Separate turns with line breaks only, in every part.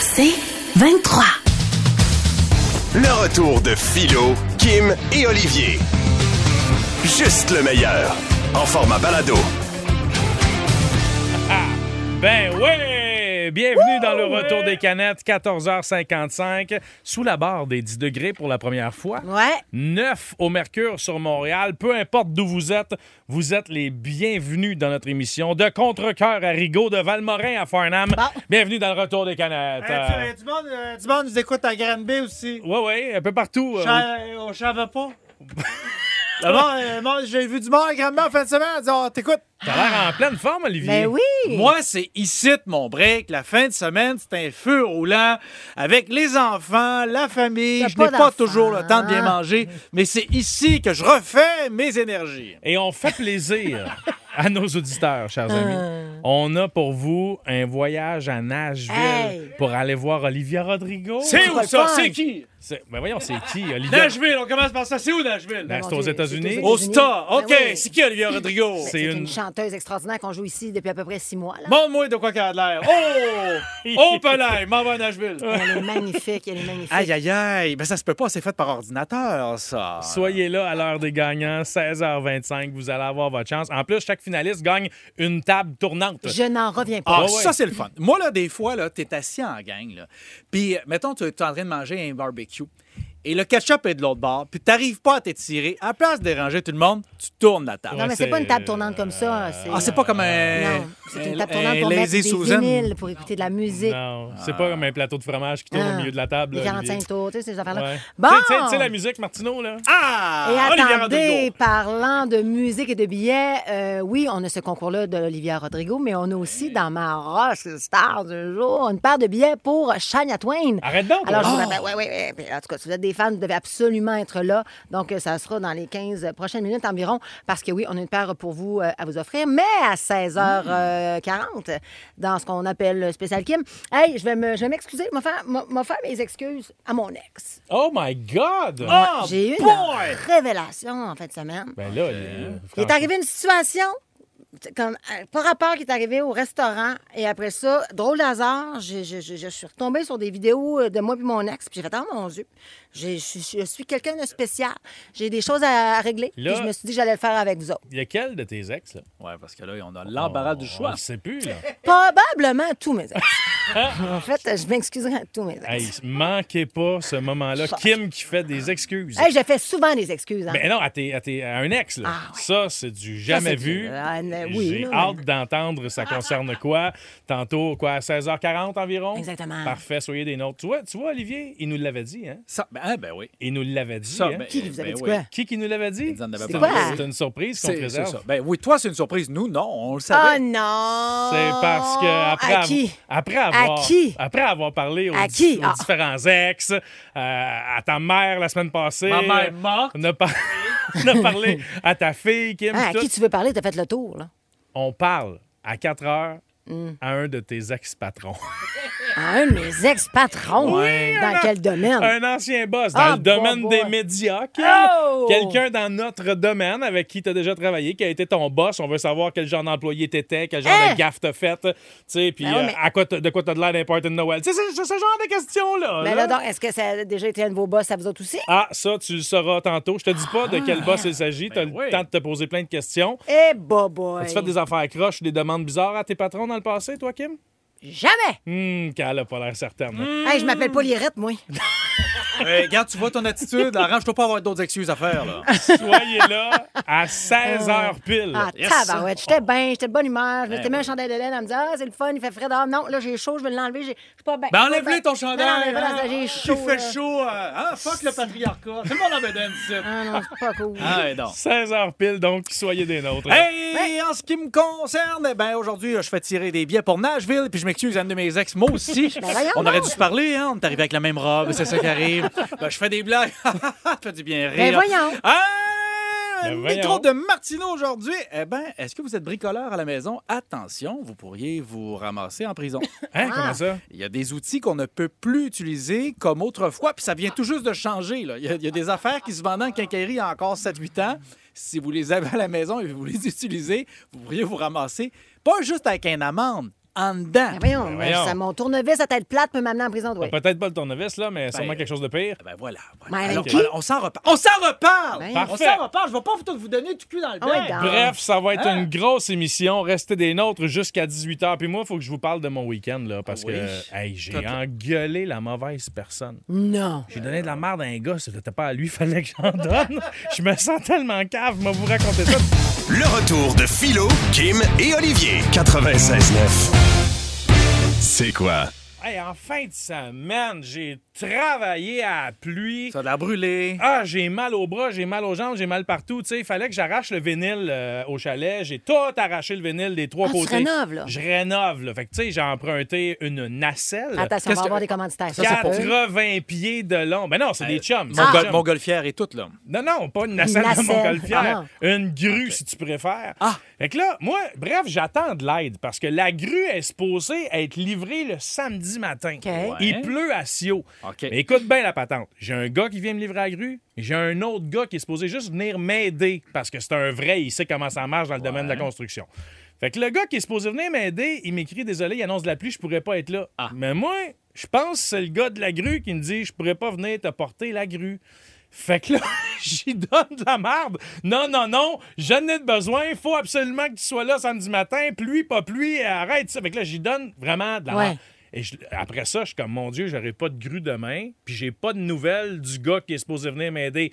C'est 23.
Le retour de Philo, Kim et Olivier. Juste le meilleur. En format balado.
Ben ouais! Bienvenue dans le retour des canettes, 14h55, sous la barre des 10 degrés pour la première fois.
Ouais.
9 au Mercure sur Montréal. Peu importe d'où vous êtes, vous êtes les bienvenus dans notre émission. De Contrecoeur à Rigaud, de Valmorin à Farnham. Bienvenue dans le retour des canettes.
Hey, tu- euh, du, monde, euh, du monde nous écoute à Granby aussi.
Oui, oui, un peu partout. euh,
Je savais- On ne savait pas. Le monde, euh, le monde- J'ai vu du monde à Granby en fin de semaine. Ils disent, oh, t'écoutes.
T'as l'air en pleine forme, Olivier.
Ben oui.
Moi, c'est ici mon break. La fin de semaine, c'est un feu roulant avec les enfants, la famille.
T'as
Je
pas
n'ai pas
d'enfants.
toujours le temps de bien manger, mais c'est ici que je refais mes énergies.
Et on fait plaisir à nos auditeurs, chers amis.
Ah.
On a pour vous un voyage à Nashville
Hey.
pour aller voir Olivia Rodrigo.
C'est où
pas
ça?
le fun.
C'est qui?
C'est- Ben voyons, c'est qui, Olivia?
Nashville, on commence par ça. C'est où Nashville?
Ben, c'est
Mon
aux
Dieu,
États-Unis.
c'est aux
Au
États-Unis.
Star.
Ben
OK.
oui. Ben,
C'est qui, Olivier Rodrigo?
C'est
C'est une...
une-
chanteuse extraordinaire qu'on joue ici depuis à peu près six mois. Là.
Montre-moi de quoi qu'elle a l'air. Oh! On peut l'air. M'en va à Nashville.
Elle est magnifique, elle est magnifique.
Aïe, aïe, aïe. Ben, ça se peut pas, c'est fait par ordinateur, ça.
Oh, Soyez là à l'heure des gagnants, 16h25, vous allez avoir votre chance. En plus, chaque finaliste gagne une table tournante.
Je n'en reviens pas.
Ah,
Ah ouais.
ça, c'est le fun. Moi, là, des fois, là, t'es assis en gang, là. Puis, euh, mettons, tu es en train de manger un barbecue. Et le ketchup est de l'autre bord. Puis, t'arrives pas à t'étirer. À la place de déranger tout le monde, tu tournes la table.
non, mais
ouais,
c'est pas
c'est-
une table tournante comme ça. hein, C'est...
Ah, c'est pas comme un.
Non, c'est une
un-
table tournante
un
pour mettre
Lazy
des
Susan.
vinyles, pour écouter de la musique.
Non, c'est pas comme un plateau de fromage qui tourne
Ah.
au milieu de la table.
Les
là, Olivier.
45 tours, tu sais, ces affaires-là.
Ouais.
Bon!
Tu sais- Tu sais- tu sais la musique, Martineau, là?
Et
Ah! Olivier
attendez,
Rodrigo.
parlant de musique et de billets, euh, oui, on a ce concours-là de Olivia Rodrigo, mais on a aussi dans ma roche star du jour une paire de billets pour Shania Twain.
Arrête donc!
Alors, je vous
toi.
rappelle, ouais, ouais, ouais. Puis, En tout cas, si vous êtes des fans, vous devez absolument être là. Donc, euh, ça sera dans les 15 prochaines minutes environ, parce que oui, on a une paire pour vous euh, à vous offrir, mais à 16h40, dans ce qu'on appelle le spécial Kim. Hey, je vais me- je vais m'excuser, je vais faire, je vais faire mes excuses à mon ex.
Oh my God!
Oh!
Ah,
J'ai eu une
boy!
révélation en fin de semaine.
Ben là, euh,
Il est
franchement.
arrivé une situation, t- comme, euh, par rapport qui est arrivé au restaurant, et après ça, drôle d'hasard, j'ai- je, je- je suis retombée sur des vidéos euh, de moi et mon ex, puis j'ai fait, oh mon Dieu, j'ai- je, suis- je suis quelqu'un de spécial, j'ai des choses à, à régler,
Là-
puis je me suis dit que j'allais le faire avec vous autres.
Il y a quel de tes ex, là?
Ouais, parce que là, on a l'embarras du
On
choix.
le sait plus, là.
Probablement tous mes ex. en fait, je m'excuserai à tous mes ex.
Hein? Hey, manquez pas ce moment-là.
Fuck.
Kim qui fait des excuses.
Hey, j'ai fait souvent des excuses. hein.
Ben non, à, tes- à tes- à un ex, là.
Ah, ouais.
Ça, c'est du jamais
c'est
vu.
du- Ah, ne- oui, Ah,
J'ai
là,
hâte d'entendre ça concerne quoi. Tantôt, quoi, à 16h40 environ?
Exactement.
Parfait, soyez des nôtres. Tu vois, tu vois Olivier, il nous l'avait dit, hein?
Ça, ben, ah, ben oui.
Il nous l'avait dit.
Ça,
hein?
ben,
Qui vous avez
ben
dit
oui.
quoi?
Qui qui nous l'avait dit?
Ils en avaient
C'est
pas
une-
parlé.
c'est une surprise qu'on
C'est c'est ça.
préserve.
Ben oui, toi, c'est une surprise. Nous, non, on
Ah
le savait.
non!
C'est parce que après,
Oh, À
av-
qui?
après avoir
À qui?
après avoir parlé aux,
À
di-
qui?
aux
Ah.
différents ex, euh, à ta mère la semaine passée,
Ma mère
euh,
morte.
on a, par- on a parlé à ta fille Kim,
Ah, à
tout.
qui tu veux parler? T'as fait le tour, là.
on parle à 4 heures
Mm.
à un de tes ex patrons,
À un de mes ex-patrons.
Ouais.
Dans quel domaine?
un ancien boss dans
Ah,
le domaine
bon
des
boy.
médias, Kim.
Oh!
quelqu'un dans notre domaine avec qui tu as déjà travaillé, qui a été ton boss. On veut savoir quel genre d'employé t'étais, quel genre
Hein?
de gaffe t'as faite, tu sais, puis
Ben oui,
euh,
mais-
à quoi t'as- de quoi t'as de l'air d'un party de Noël. Tu sais, c'est c'est ce genre de questions là.
Mais Ben là, donc, est-ce que ça a déjà été un de vos boss à vous autres aussi?
Ah, ça, tu le sauras tantôt. Je te dis pas de
Ah!
quel boss il s'agit. T'as
Ben oui.
le temps de te poser plein de questions.
Eh, boboy!
As-tu fait des affaires croches ou des demandes bizarres à tes patrons dans le passé, toi, Kim?
Jamais!
Hum, qu'elle a pas l'air certaine.
Hum. Hmm.
Hey, je m'appelle pas Lirette, moi.
Hey, regarde, tu vois ton attitude. Arrange-toi pas à avoir d'autres excuses à faire, là.
Soyez là à 16 h pile.
Ah,
Yes. Ben
tabarouette. J'étais bien, j'étais de bonne humeur. Je m'étais mis
oui.
un chandail de laine. Elle me dit, ah, c'est le fun, il fait frais dehors. Non, là, j'ai chaud, je vais l'enlever. j'ai- Je suis pas bien. Je
Ben,
suis pas
enlève-le
bien.
ton chandail.
Non, non, enlève-le,
hein.
j'ai chaud.
Il fait
là.
chaud. hein. Ah, fuck le patriarcat. Tout le monde en bedaine ici.
Ah, non, c'est pas cool.
Ah, ouais, donc.
16 h pile, donc, soyez des nôtres.
Hey, en ce qui me concerne, ben aujourd'hui, je fais tirer des billets pour Nashville, puis je m'excuse à un de mes ex, moi aussi.
Ben voyons
on aurait
donc.
dû se parler, hein, on est arrivé avec la même robe, c'est ça qui arrive. Ben, je fais des blagues, ça fait du bien
Ben,
rire.
voyons.
Hey,
Ben, voyons.
micro de Martineau aujourd'hui. Eh ben, est-ce que vous êtes bricoleur à la maison? Attention, vous pourriez vous ramasser en prison.
Hein, comment ça?
Il y a des outils qu'on ne peut plus utiliser comme autrefois, puis ça vient tout juste de changer. là. Il, y a, il y a des affaires qui se vendaient en quincaillerie il y a encore 7-8 ans. Si vous les avez à la maison et vous les utilisez, vous pourriez vous ramasser, pas juste avec une amende, en dedans.
Ben voyons,
Ben voyons.
ça, mon tournevis à tête plate peut m'amener en prison de oui.
Peut-être pas le tournevis, là, mais sûrement
Ben,
quelque chose de pire.
Ah Ben voilà. voilà.
Mais avec
Alors,
qui?
voilà, on s'en reparle. On s'en reparle!
Ben,
on
Parfait.
s'en reparle. Je vais pas vous, vous donner tout cul dans le
Ah
bain.
ouais, donc.
Bref, ça va être
Hein?
une grosse émission. Restez des nôtres jusqu'à 18h. Puis moi, il faut que je vous parle de mon week-end, là, parce
Oui.
que hey, j'ai
Toi, toi.
engueulé la mauvaise personne.
Non.
J'ai donné de la merde à un gars, c'était pas à lui, fallait que j'en donne. je me sens tellement cave, je vais vous raconter ça.
Le retour de Philo, Kim et Olivier. 96.9. C'est quoi?
Hey, en fin de semaine, j'ai travaillé à la pluie.
Ça a de la brûler.
Ah, j'ai mal aux bras, j'ai mal aux jambes, j'ai mal partout. Tu sais, il fallait que j'arrache le vinyle euh, au chalet. J'ai tout arraché le vinyle des trois
Ah, tu
côtés.
rénoves, là?
Je rénove, là. Fait que, tu sais, j'ai emprunté une nacelle.
Attention, on
Qu'est-ce
va
que-
avoir des commanditaires. Ça, c'est pas-
80 pieds de long. Ben non, c'est des chums.
Euh, Mon
des
Ah.
gol-
chums.
Montgolfière et tout, là.
Non, non, pas une nacelle de
nacelle.
montgolfière.
Ah
une grue, si tu préfères.
Ah.
Fait que là, moi, bref, j'attends de l'aide parce que la grue est supposée être livrée le samedi matin.
OK. Ouais.
Il pleut à Sio.
OK.
Mais écoute bien la patente. J'ai un gars qui vient me livrer la grue. J'ai un autre gars qui est supposé juste venir m'aider parce que c'est un vrai, il sait comment ça marche dans le domaine de la construction. Fait que le gars qui est supposé venir m'aider, il m'écrit Désolé, il annonce de la pluie, je pourrais pas être là.
Ah.
Mais moi, je pense que c'est le gars de la grue qui me dit Je pourrais pas venir te porter la grue. Fait que là, j'y donne de la marde. Non, non, non, j'en ai de besoin. Il faut absolument que tu sois là samedi matin. Pluie, pas pluie, arrête ça. Fait que là, j'y donne vraiment de la
Ouais.
marde. Et je- après ça, je suis comme, mon Dieu, j'aurai pas de grue demain, puis j'ai pas de nouvelles du gars qui est supposé venir m'aider.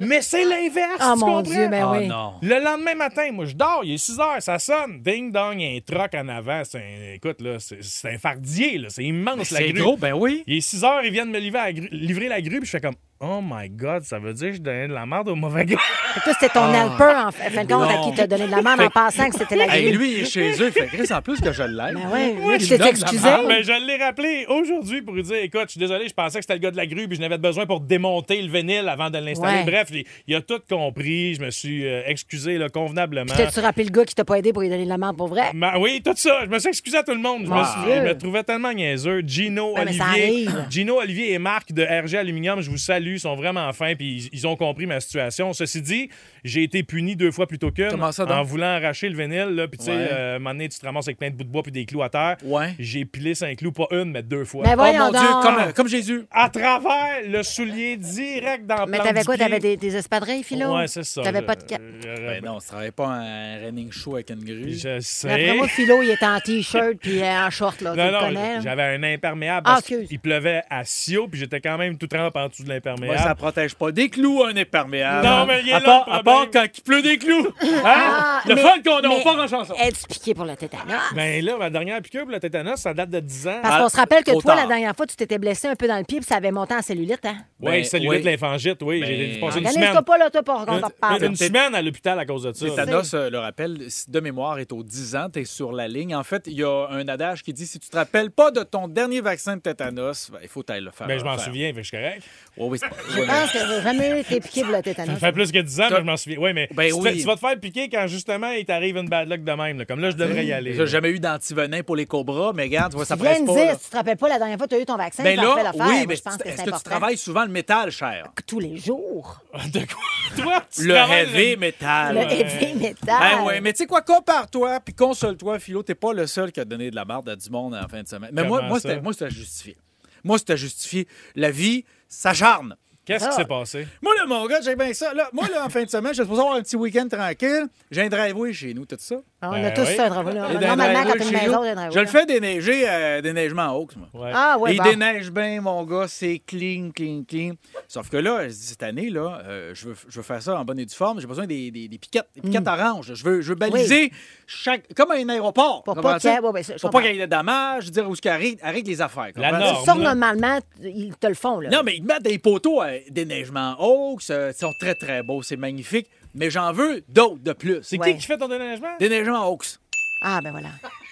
Mais c'est l'inverse,
Ah,
tu
mon
comprends?
Dieu, ben
Ah,
oui.
non.
Le lendemain matin, moi, je dors, il est 6 heures, ça sonne. Ding dong, il y a un troc en avant. C'est un- écoute, là, c'est c'est un fardier, là. C'est immense, la
C'est
grue.
gros, ben oui.
Il est 6 heures, ils viennent me livrer la grue, livrer la grue, puis je fais comme, oh my God, ça veut dire que je donnais de la merde au mauvais gars.
Fait que toi, c'était ton helper, en fait, fin de compte, à
Ah. Non.
qui t'as donné de la main en pensant que c'était la
Hey,
grille.
lui, il est chez eux. Il fait Chris, en plus que je l'aide.
Ben ouais,
Il
oui,
me
tu t'es
donne la
excusé.
marde.
Ah, Mais je l'ai rappelé aujourd'hui pour lui dire écoute, je suis désolé, je pensais que c'était le gars de la grue, puis je n'avais besoin pour démonter le vinyle avant de l'installer.
Ouais.
Bref, il, il a tout compris. Je me suis euh, excusé là, convenablement.
Puis t'as-tu rappelé le gars qui t'a pas aidé pour lui donner de la main pour vrai?
Ma- oui, tout ça. Je me suis excusé à tout le monde. Je, me,
Wow.
suis- je me trouvais tellement niaiseux. Gino,
Ouais, mais ça
Olivier,
arrive.
Gino, Olivier et Marc de RG Aluminium, je vous salue. Ils sont vraiment fins puis ils, ils ont compris ma situation. Ceci dit, j'ai été puni deux fois plutôt qu'une
Comment ça, donc?
en voulant arracher le vinyle. là. Puis tu sais,
Ouais.
euh, à un moment donné, tu te ramasses avec plein de bouts de bois puis des clous à terre.
Ouais.
J'ai pilé cinq clous, pas une, mais deux fois.
Ben
Oh mon
voyons
Dieu,
donc.
comme, comme Jésus.
à travers le soulier direct dans la
Mais
plante
t'avais
du
quoi?
pied.
T'avais des, des espadrilles, Philo?
Ouais, c'est ça. Euh,
T'avais
Je-
pas de... ca-
je-
Ben non, ça travaille pas un running show avec une grue.
Je
Après
sais.
moi, Philo, il était en T-shirt puis euh, en short, là. tu
Non,
le
non,
connais? hein? là.
j'avais un imperméable
Ah,
parce
excuse.
qu'il pleuvait à Sio, puis j'étais quand même tout trempé en dessous de
Moi, ça
l'imperméable. Hein?
protège pas des clous, un imperméable.
Non, mais il est
à
là,
part,
le
à part
problème.
quand il pleut des clous. Hein?
Ah,
le
mais-
fun qu'on a, on
mais-
part en chanson.
Être piqué pour le tétanos.
Ben là, ma dernière piqûre pour le tétanos, ça date de 10 ans.
Parce
Ah,
qu'on se rappelle que
trop
toi,
tard.
la dernière fois, tu t'étais blessé un peu dans le pied puis ça avait monté en cellulite, hein?
oui,
ben,
celui
oui.
de l'infangite, oui. J'ai
Ben,
passé une semaine.
Organise-toi Ah, pas, là, toi, pour qu'on t'en
Une,
parle.
une semaine à l'hôpital à cause de ça.
Tétanos, euh, le rappel, si de mémoire, est aux 10 ans, tu es sur la ligne. En fait, il y a un adage qui dit si tu te rappelles pas de ton dernier vaccin de tétanos, ben, il faut aller le faire.
Ben, je m'en
faire.
souviens, fait que je suis correct.
Oui, oui, c'est pas-
Je
oui, mais-
pense que j'ai jamais été piqué pour le
Ça
tétanos.
fait plus que 10 ans, mais je m'en souviens. Oui, mais
Ben
tu, te-
oui. Ah,
tu vas te faire piquer quand justement il t'arrive une bad luck de même. là. Comme là, je devrais y aller.
J'ai jamais eu d'antivenin pour les cobras, mais regarde, tu vois, ça
Tu viens
presse
de
pas.
dire,
là.
si tu te rappelles pas la dernière fois que tu as eu ton vaccin,
Ben
tu en fais
là,
l'affaire.
oui,
Moi,
mais
je pense
tu-
que
est-ce
c'est
que tu
important.
travailles souvent le métal, cher?
Tous les jours.
De quoi? Toi, tu
Le
travailles
heavy métal.
Le heavy metal.
Ah ouais, mais tu sais quoi, compare-toi, puis console-toi, Philo, t'es pas le seul qui a donné de la marde à du monde en fin de semaine. Mais moi,
Comment
moi
ça?
c'était moi, c'était justifié. Moi, c'était justifié. La vie s'acharne.
Qu'est-ce qui
Ah.
s'est passé?
Moi, là, mon gars, j'ai bien ça. Là, moi, là, en fin de semaine, je suis supposé avoir un petit week-end tranquille. J'ai un driveway chez nous, tout ça.
Ah, On
Ben
a tous
oui.
ça, un travail.
Et d'un
Normalement, quand
driveway
t'as une
chez nous,
maison, t'as un driveway. hein.
Je le
là.
fais déneiger, euh, déneigement aux moi.
Ouais.
Ah ouais,
il
bon.
déneige bien, mon gars, c'est clean, clean, clean. Sauf que là, je dis, cette année, là, euh, je, veux, je veux faire ça en bonne et due forme. J'ai besoin des, des- des piquettes, des piquettes
Mm.
oranges. Je veux, je veux baliser chaque. Comme un aéroport.
Pour pas
comprends-tu?
qu'il y ait- ouais, ouais, ça, je
Pour pas
comprends.
qu'il y ait de dommages, dire où ce qu'il arrive, arrête les affaires.
La
comprends-tu?
norme.
Ça,
là.
normalement, ils te le font, là.
Non, mais ils mettent des poteaux à déneigement hauts, ils sont très, très beaux, c'est magnifique. Mais j'en veux d'autres de plus.
C'est
Ouais.
qui qui fait ton déneigement?
Déneigement hausse.
Ah, ben voilà.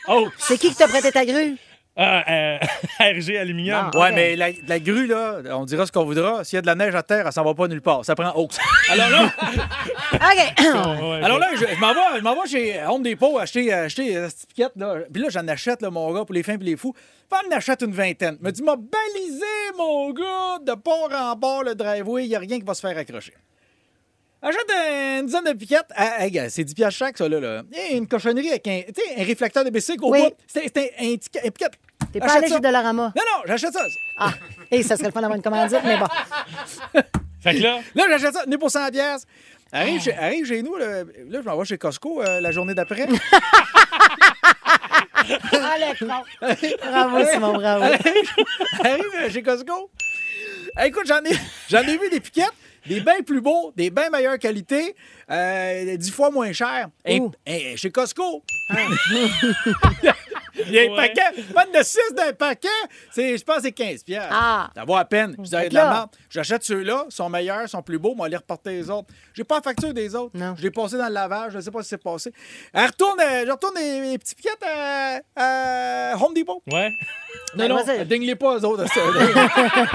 Oh!
C'est qui qui t'a prêté ta grue?
Ah, euh, RG Aluminium.
Non.
Ouais,
Ah, Ok.
mais la, la grue, là, on dira ce qu'on voudra. S'il y a de la neige à terre, elle s'en va pas nulle part. Ça prend hausse. Alors là,
OK.
Ouais,
Alors
ouais.
là, je, je m'en vais, je m'en vais chez Home Depot acheter, acheter euh, cette piquette. Là. Puis là, j'en achète, là, mon gars, pour les fins et les fous. Puis on en achète une vingtaine. Me dit, m'a balisé, mon gars, de bord en bord le driveway. Il n'y a rien qui va se faire accrocher. Achète un- une dizaine de piquettes. Ah, hey, gars, c'est 10 piastres chaque, ça, là. là. Et une cochonnerie avec un, tu sais, un réflecteur de bicycle au
Oui.
bout. C'était c'était un, un ticket- un piquette.
T'es pas
Achète
allé
ça.
chez Dollarama.
Non, non, j'achète ça.
Ah, et ça serait le fun d'avoir une commandite, mais bon.
Fait que là,
Là, j'achète ça, né pour 100 piastres.
Ah.
Arrive, chez, arrive chez nous, là, là je m'en vais chez Costco euh, la journée d'après.
Ah, le con. Bravo, Simon, bravo.
arrive euh, chez Costco. Eh, écoute, j'en ai, j'en ai vu des piquettes, des bains plus beaux, des bains meilleure qualité, euh, 10 fois moins cher. Et,
Ouh.
et- eh, chez Costco.
il y a un
Un
paquet.
paquet, pas de 6 d'un paquet, c'est, je pense que c'est 15 piastres.
Ah.
Ça vaut à peine. Je dis, hey, de
là-
la merde. J'achète ceux-là, sont meilleurs, sont plus beaux, moi, les reporter les autres. J'ai pas la facture des autres.
Non.
Je l'ai passé dans le lavage, je sais pas ce qui s'est passé. Elle retourne, euh, je retourne les, les petits piquettes à, à Home Depot.
Ouais.
Ah, Non, non,
Mademoiselle.
dingue les pas, eux autres. ça.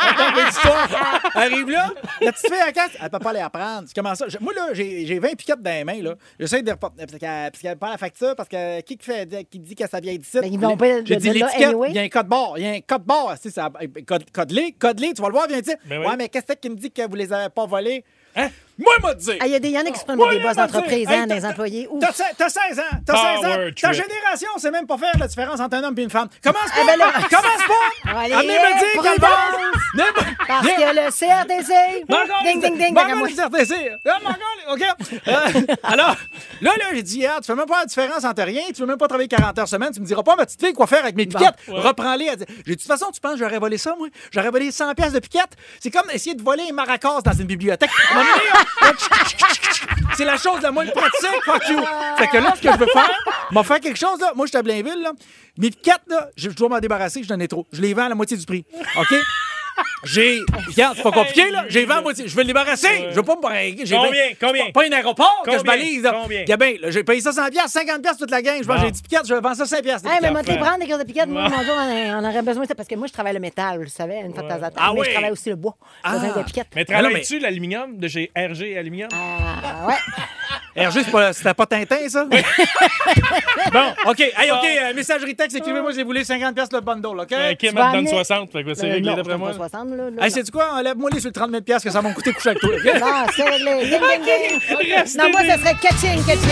Attends, mais l'histoire Arrive là, la petite fille à casse, elle peut pas les apprendre. Comment ça? Je- moi, là, j'ai j'ai 20 piquettes dans les mains, là. J'essaie de reporter, parce qu'elle parce qu'elle perd la facture, parce que qui, qui fait, qui dit que ça vient d'ici?
Mais Ben, ils vont pas le-
J'ai
le-
dit
le- là,
l'étiquette,
anyway.
il y a un code barre, il y a un code barre. tu sais, ça- eh, ben, code- Codelé, codelé, tu vas le voir, viens dire.
Ben oui.
Ouais, mais qu'est-ce qui me dit que vous les avez pas volés?
Hein?
Moi, m'a dit!
Ah, Il y a des, il y en a qui se prennent
Moi,
pour des
il
boss
m'a dit,
d'entreprise,
hey,
hein,
t'as-
des employés. Ouf.
T'as se- t'as 16 ans, t'as 16 ans.
Power
Ta
trip.
génération sait même pas faire la différence entre un homme et une femme. Commence pas,
ben là-
commence pas.
Allez,
Amenez me dire
prudence.
qu'elle va.
Parce que le CRTC, ding, ding, ding,
Mangole,
ding, moi.
le CRTC. Ah, Mangole, OK. Euh, alors, là, là, j'ai dit, ah, tu fais même pas la différence entre rien, tu veux même pas travailler 40 heures semaine, tu me diras pas, ma petite fille, quoi faire avec mes piquettes. Reprends-les. Elle dit, J'ai dit, de toute façon, tu penses que j'aurais volé ça, moi? J'aurais volé 100 pièces de piquettes. C'est comme essayer de voler un maracas dans une bibliothèque. À un moment donné, là, c'est la chose la moins pratique, fuck you. Fait que là, ce que je veux faire, m'en faire quelque chose, là. Moi, je suis à Blainville, là. Mes piquettes, là, je je dois m'en débarrasser, je donne ai trop. Je les vends à la moitié du prix. OK? J'ai. Regarde, c'est pas compliqué, là. J'ai vendu à moitié. Je vais le débarrasser. Je veux pas me. brinquer. J'ai
Combien?
vingt-
Combien?
C'est Pas pas un aéroport que je
Combien?
balise, là.
Combien?
Gabin, là, j'ai payé ça 100 50 toute la gang. Je mange
Bon.
j'ai 10 piquettes, je vends ça 5 piastres, les
Hey, mais
piquettes.
moi, t'es
affaire.
prendre des cours de piquette, moi, mon Dieu, on, on aurait besoin de ça parce que moi, je travaille le métal, vous le savez, une fois de temps en temps.
Ah
mais
oui.
je travaille aussi le bois. J'ai
Ah.
besoin de piquettes.
Mais travailles-tu l'aluminium de chez RG Aluminium?
Ah, ouais.
RG, c'est pas- c'était pas Tintin, ça? bon, OK. Hey, OK, euh, messagerie texte, écrivez-moi si vous voulez 50 le bundle, OK?
Euh, Kim,
tu
elle
vas
te donne
amener-
60. Fait que c'est
Euh,
réglé
non,
d'après moi.
60, là. là,
Hey, c'est du quoi? Enlève-moi les sur le 30 000 piastres que ça m'a coûté coucher avec toi. là.
non. Non, c'est réglé. Ding, ding, ding.
Restez
Non, moi,
là.
ça serait catching, catching.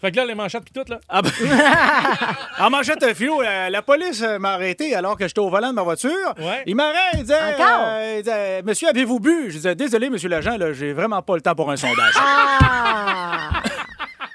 Fait que là, les manchettes pis tout, là.
Ah ben- en manchette un philo, euh, la police euh, m'a arrêté alors que j'étais au volant de ma voiture.
Ouais.
Il m'arrête, il disait,
Encore?
euh, il disait, Monsieur, avez-vous bu? Je disais, désolé, monsieur l'agent, là, j'ai vraiment pas le temps pour un sondage.
Ah!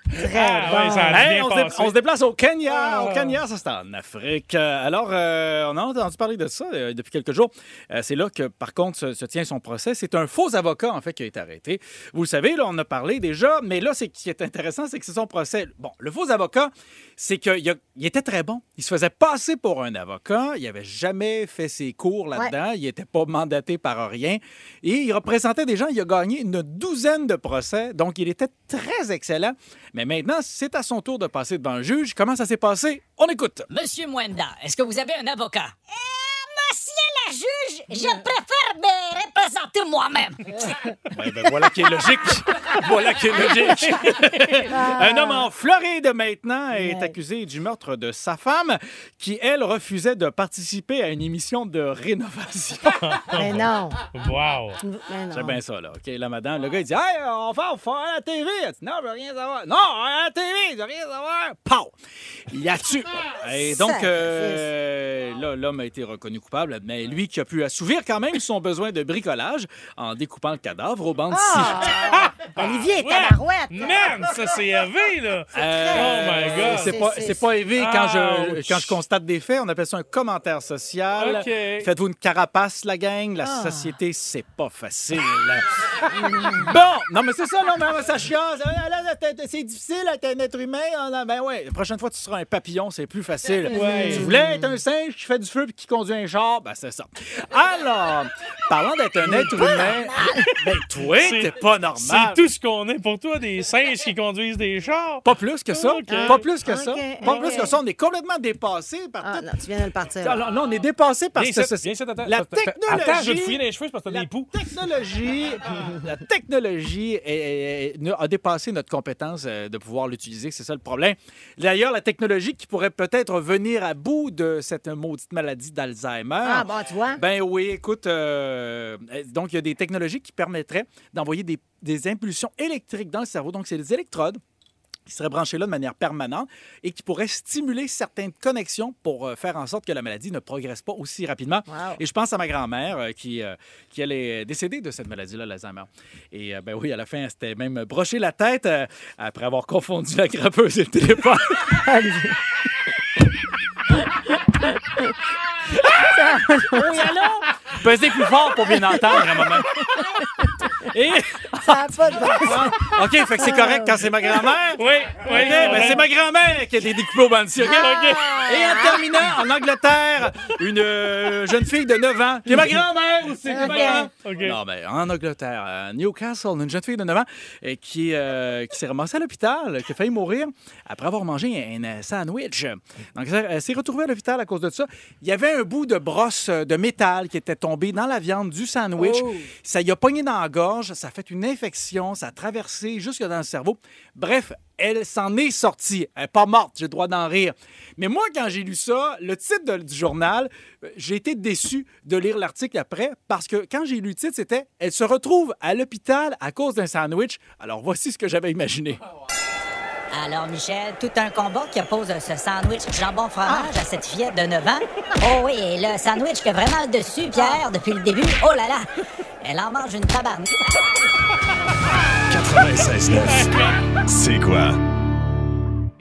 Très
Ah, ouais,
bon.
ça-
Hey,
bien
on, se dé-
passé.
on se déplace au Kenya.
Ah.
Au Kenya, ça c'est en Afrique. Euh, Alors, euh, on a entendu parler de ça euh, depuis quelques jours. Euh, c'est là que, par contre, se, se tient son procès. C'est un faux avocat, en fait, qui a été arrêté. Vous le savez, là, on en a parlé déjà, mais là, c'est- ce qui est intéressant, c'est que c'est son procès. Bon, le faux avocat, c'est qu'il était très bon. Il se faisait passer pour un avocat. Il n'avait jamais fait ses cours là-dedans. Il n'était pas mandaté par rien. Et il représentait des gens. Il a gagné une douzaine de procès. Donc, il était très excellent. Mais maintenant, c'est à son tour de passer devant le juge. Comment ça s'est passé? On écoute.
Monsieur Mwenda, est-ce que vous avez un avocat?
Euh, Monsieur la juge, je préfère me représenter moi-même.
Ouais, ben voilà qui est logique. voilà qui est logique. Un homme en Floride maintenant est
Ouais.
accusé du meurtre de sa femme qui, elle, refusait de participer à une émission de rénovation.
Mais non.
Wow.
Mais non.
C'est bien ça, là. OK, la madame, le gars, il dit Hey, on va on va à la TV. Elle dit, non, je veux rien savoir. Non, à la TV, je veux rien savoir. Pow Il y a tué. Et donc, euh, là, l'homme a été reconnu coupable, mais lui qui a pu assouvir quand même son besoin de bricolage en découpant le cadavre aux bandes sciées.
Ah! Olivier,
Ouais.
tabarouette!
Man, ça, c'est élevé, là.
Euh,
oh my God.
C'est pas,
C'est-
c'est pas élevé quand je,
Ouch.
quand je constate des faits. On appelle ça un commentaire social.
OK.
Faites-vous une carapace, la gang. La société, c'est pas facile. bon, non, mais c'est ça, non, mais ça chiasse. Ah, là, là, t'es- t'es- C'est difficile d'être un être humain. Ah, non, ben ouais, la prochaine fois, tu seras un papillon, c'est plus facile.
Ouais.
Tu voulais être un singe qui fait du feu et qui conduit un char, ben c'est ça. Alors, parlant d'être un être humain, ben toi,
C'est-
t'es pas
C'est
normal.
tout ce qu'on est pour toi, des singes qui conduisent des chars.
Pas plus que ça.
Ok.
Pas plus que ça.
Ok,
Pas
ok.
plus que ça. On est complètement dépassé par
Ah,
tout.
non, tu viens de le partir.
Ah, non, non, on est dépassé par
Viens
cette
ici,
soci-
viens ici, attends,
La
attends, attends.
technologie.
Attends, je vais te fouiller les cheveux c'est parce que t'as
La
des poux.
technologie, la technologie est- est- est- a dépassé notre compétence euh, de pouvoir l'utiliser. c'est ça le problème. D'ailleurs, la technologie qui pourrait peut-être venir à bout de cette maudite maladie d'Alzheimer.
Ah, bon, tu vois.
Ben oui, écoute, euh, euh, donc il y a des technologies qui permettraient d'envoyer des, des impulsions électriques dans le cerveau. Donc, c'est des électrodes qui seraient branchées là de manière permanente et qui pourraient stimuler certaines connexions pour euh, faire en sorte que la maladie ne progresse pas aussi rapidement.
Wow.
Et je pense à ma grand-mère euh, qui, euh, qui elle est décédée de cette maladie-là, l'Alzheimer. Et euh, ben oui, à la fin, elle s'était même broché la tête euh, après avoir confondu la grappeuse et le téléphone.
Oui, allô?
Pesez plus fort pour bien entendre à un moment. Et...
Ça a pas de bon sens.
OK, fait que c'est correct quand c'est ma grand-mère.
Oui, oui.
OK, ben c'est ma grand-mère qui a été découpée au banc de cirque.
Ah!
Et en terminant, en Angleterre, une euh, jeune fille de 9 ans, qui est ma grand-mère aussi, qui est ma
Ok.
grand-mère.
OK.
Non, mais en Angleterre, à Newcastle, une jeune fille de 9 ans euh, qui, euh, qui s'est ramassée à l'hôpital, qui a failli mourir après avoir mangé un euh, sandwich. Donc, elle elle s'est retrouvée à l'hôpital à cause de ça. Il y avait un bout de brosse euh, de métal qui était tombé dans la viande du sandwich. Ça y a pogné dans la gorge, ça a fait une infection, ça a traversé jusque dans le cerveau. Bref, elle s'en est sortie. Elle n'est pas morte, j'ai le droit d'en rire. Mais moi, quand j'ai lu ça, le titre de- du journal, euh, j'ai été déçu de lire l'article après parce que quand j'ai lu le titre, c'était Elle se retrouve à l'hôpital à cause d'un sandwich. Alors voici ce que j'avais imaginé.
Ah. Alors, Michel, tout un combat qui oppose ce sandwich jambon-fromage à cette fillette de 9 ans. Oh oui, et le sandwich qui a vraiment le dessus, Pierre, depuis le début. Oh là là! Elle en mange une tabarnak.
96.9. C'est quoi?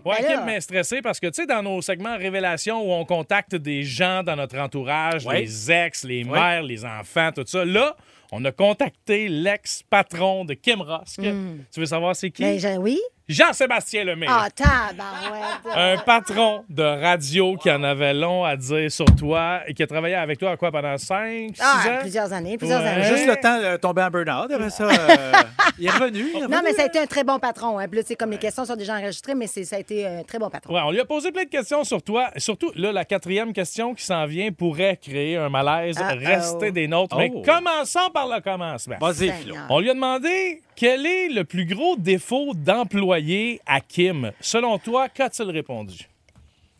Ouais,
Ben là-
Kim m'est stressé parce que, tu sais, dans nos segments révélations où on contacte des gens dans notre entourage,
Ouais.
les ex, les mères, les enfants, tout ça, là, on a contacté l'ex-patron de Kim Rosk.
Hmm.
Tu veux savoir c'est qui?
Ben, je- oui?
Jean-Sébastien Lemay.
Ah, tabarouette.
Un patron de radio qui en avait long à dire sur toi et qui a travaillé avec toi à quoi pendant 5, 6
Ah,
ans?
plusieurs années, plusieurs
Ouais.
années.
Juste le temps de tomber en burn-out. Après ça, euh, il est revenu. il est
Non,
revenu.
mais euh, ça a été un très bon patron. Hein. Puis là, tu sais, comme les questions sont déjà enregistrées, mais c'est- ça a été un très bon patron.
Ouais, on lui a posé plein de questions sur toi. Surtout, là, la quatrième question qui s'en vient pourrait créer un malaise,
Ah,
rester
oh.
des nôtres. Mais
Oh.
commençons par le commencement.
Vas-y,
Seigneur.
Philo.
On lui a demandé quel est le plus gros défaut d'employé à Kim. Selon toi, qu'a-t-il répondu?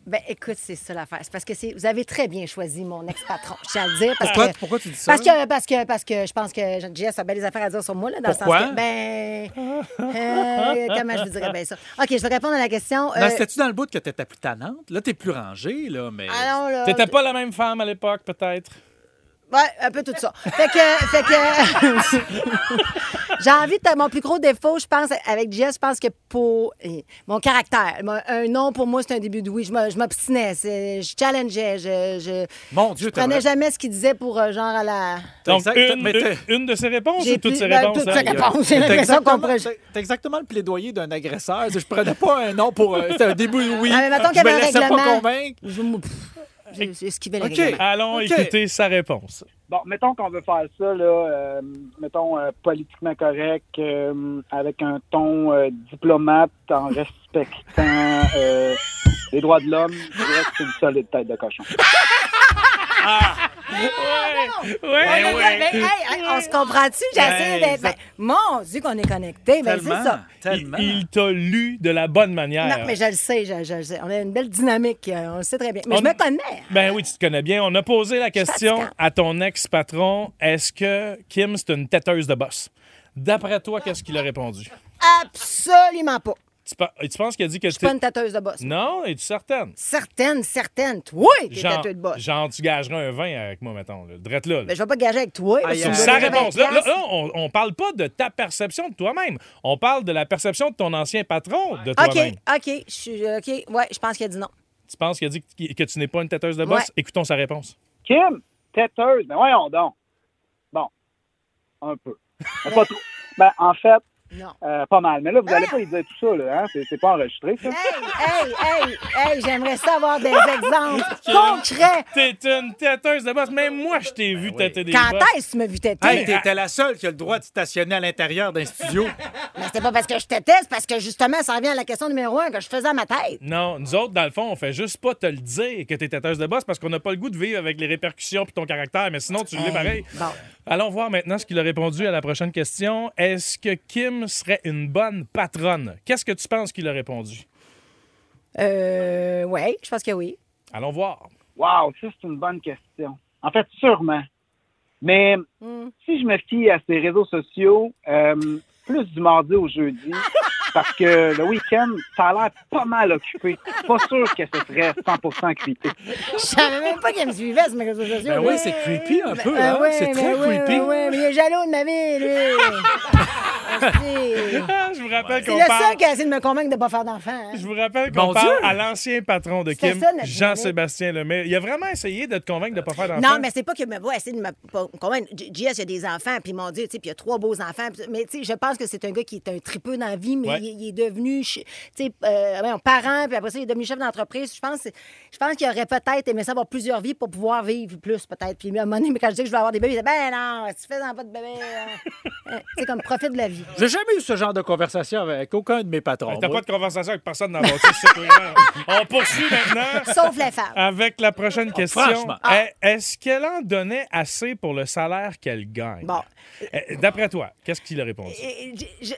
Ben, écoute, c'est ça l'affaire. C'est parce que c'est, vous avez très bien choisi mon ex-patron, je tiens à le dire. Parce
Pourquoi-
que,
pourquoi tu dis ça?
Parce que, parce que, parce que je pense que Jess a bien des affaires à dire sur moi, là, dans
Pourquoi?
le sens que, ben, euh, comment je vous dirais bien ça? OK, je vais répondre à la question.
Non,
euh,
C'était-tu dans le bout que t'étais plus tannante? Là, t'es plus rangée, là, mais...
allons, là,
T'étais pas la même femme à l'époque, peut-être?
Ouais, un peu tout ça. Fait que, fait que j'ai envie de mon plus gros défaut, je pense avec Jess, je pense que pour eh, mon caractère, mon- un non pour moi c'est un début de oui, je me- je m'obstinais, c'est- je challengeais, je je,
Mon Dieu,
je prenais
t'as-
jamais ce qu'il disait pour euh, genre à la
T'as
Donc,
exact-
une,
mais t'as-
une- une de ses réponses ou
J'ai
toutes
plus-
ses
ben,
réponses?
toutes ses
hein?
réponses. C'est
T'as
l'impression qu'on
exactement,
pourrait-
t'as- t'as exactement le plaidoyer d'un agresseur. Je prenais pas un nom pour. euh, C'était un début, oui.
Ah, mais mettons
je
qu'il y
me
avait un
laissais pas
règlement.
convaincre.
Je me- pff, j'ai- j'ai esquivé le
OK.
règlement.
Allons
OK.
écouter sa réponse.
Bon, mettons qu'on veut faire ça, là, euh, mettons euh, politiquement correct, euh, avec un ton euh, diplomate en respectant euh, les droits de l'homme, je dirais que c'est une solide tête de cochon.
Ouais,
Ouais,
ouais.
ouais, ouais, hey, hey, on se comprend-tu? J'essaie
Ben,
d'être. ben, mon Dieu, qu'on est connecté, mais c'est
Tellement,
ça.
tellement.
Il, il t'a lu de la bonne manière.
Non, mais je le sais, je- je- je- on a une belle dynamique, euh, on le sait très bien. Mais
On-
je me connais.
Ben oui, tu te connais bien. On a posé la question
fatigant.
à ton ex-patron. Est-ce que Kim, c'est une têteuse de boss? D'après toi, qu'est-ce qu'il a répondu?
Absolument pas.
Tu, pe- et tu penses qu'il a dit que
Pas
c'était...
une tâteuse de boss.
Non, es-tu certaine?
Certaines, certaines. Toi, t'es
Genre,
tâteuse de boss.
genre, tu gagerais un vin avec moi, mettons. Là. Drette là. là.
Mais je vais pas gager avec toi. parce que
Aïe,
tu me
aïe.
Sa
donnerais vingt
réponse. Là, là,
piastres.
là, on, on parle pas de ta perception de toi-même. On parle de la perception de ton ancien patron de toi-même.
OK, OK, je suis- OK, ouais, je pense qu'il a dit non.
Tu penses qu'il a dit que, que tu n'es pas une têteuse de boss?
Ouais.
Écoutons sa réponse.
Kim, têteuse, mais voyons donc. Bon, un peu. Mais pas trop. Ben, en fait,
Non.
euh, pas mal. Mais là, vous n'allez pas y dire tout ça, là, hein? C'est- C'est pas enregistré, ça?
Hey, hey, hey, hey, j'aimerais savoir des exemples concrets.
T'es une têteuse de boss. Même moi, je t'ai vu têter des
Quand
bosses.
est-ce que tu m'as vu têter?
Hey, t'étais la seule qui a le droit de stationner à l'intérieur d'un studio.
Mais c'était pas parce que je têtais, c'est parce que justement, ça revient à la question numéro un que je faisais à ma tête.
Non, nous autres, dans le fond, on fait juste pas te le dire que t'es têteuse de boss parce qu'on n'a pas le goût de vivre avec les répercussions puis ton caractère, mais sinon, tu le vis pareil.
Bon.
Allons voir maintenant ce qu'il a répondu à la prochaine question. Est-ce que Kim Kim serait une bonne patronne. Qu'est-ce que tu penses qu'il a répondu?
Euh, oui, je pense que oui.
Allons voir.
Wow, ça, c'est une bonne question. En fait, sûrement. Mais si je me fie à ces réseaux sociaux, euh, plus du mardi au jeudi, parce que le week-end, ça a l'air pas mal occupé. Pas sûr que ce serait 100% occupé.
Je savais même pas qu'elle me suivait sur mes réseaux sociaux. Ben
Ben oui, c'est creepy un peu, hein?
ouais,
C'est
mais
très
ouais, ben
creepy.
ouais, ouais, mais il est jaloux de ma vie, lui. Asti.
Ah, je vous rappelle
C'est
qu'on
le
parle.
seul qui a essayé de me convaincre de ne pas faire d'enfant. hein.
Je vous rappelle qu'on
Bon
parle
Dieu!
à l'ancien patron de
C'était
Kim,
ça, notre
Jean-Sébastien Lemay. Il a vraiment essayé de te convaincre de ne pas faire d'enfant.
Non, mais c'est pas qu'il me voit essayer de me pas- convaincre. J- JS, il y a des enfants, puis mon Dieu, tu sais, puis il y a trois beaux enfants. puis- Mais tu sais, je pense que c'est un gars qui est un tripeux dans la vie, mais
Ouais.
il, est- il est devenu, ch- tu sais, euh, voyons, parent, puis après ça, il est devenu chef d'entreprise. Je pense, je pense qu'il aurait peut-être aimé ça avoir plusieurs vies pour pouvoir vivre plus, peut-être. Puis à un moment donné, mais quand je dis que je vais avoir des bébés, il dit, ben non, tu fais dans pas de bébé. hein. Euh, tu sais, comme profite de la vie.
J'ai jamais eu ce genre de conversation avec aucun de mes patrons.
Hey, T'as pas
moi.
de conversation avec personne dans votre c'est clair. On poursuit maintenant.
Sauf les femmes.
Avec la prochaine question,
Ah, franchement.
Est- est-ce qu'elle en donnait assez pour le salaire qu'elle gagne?
Bon.
Eh, D'après toi, qu'est-ce qu'il a répondu?
Et- je- je-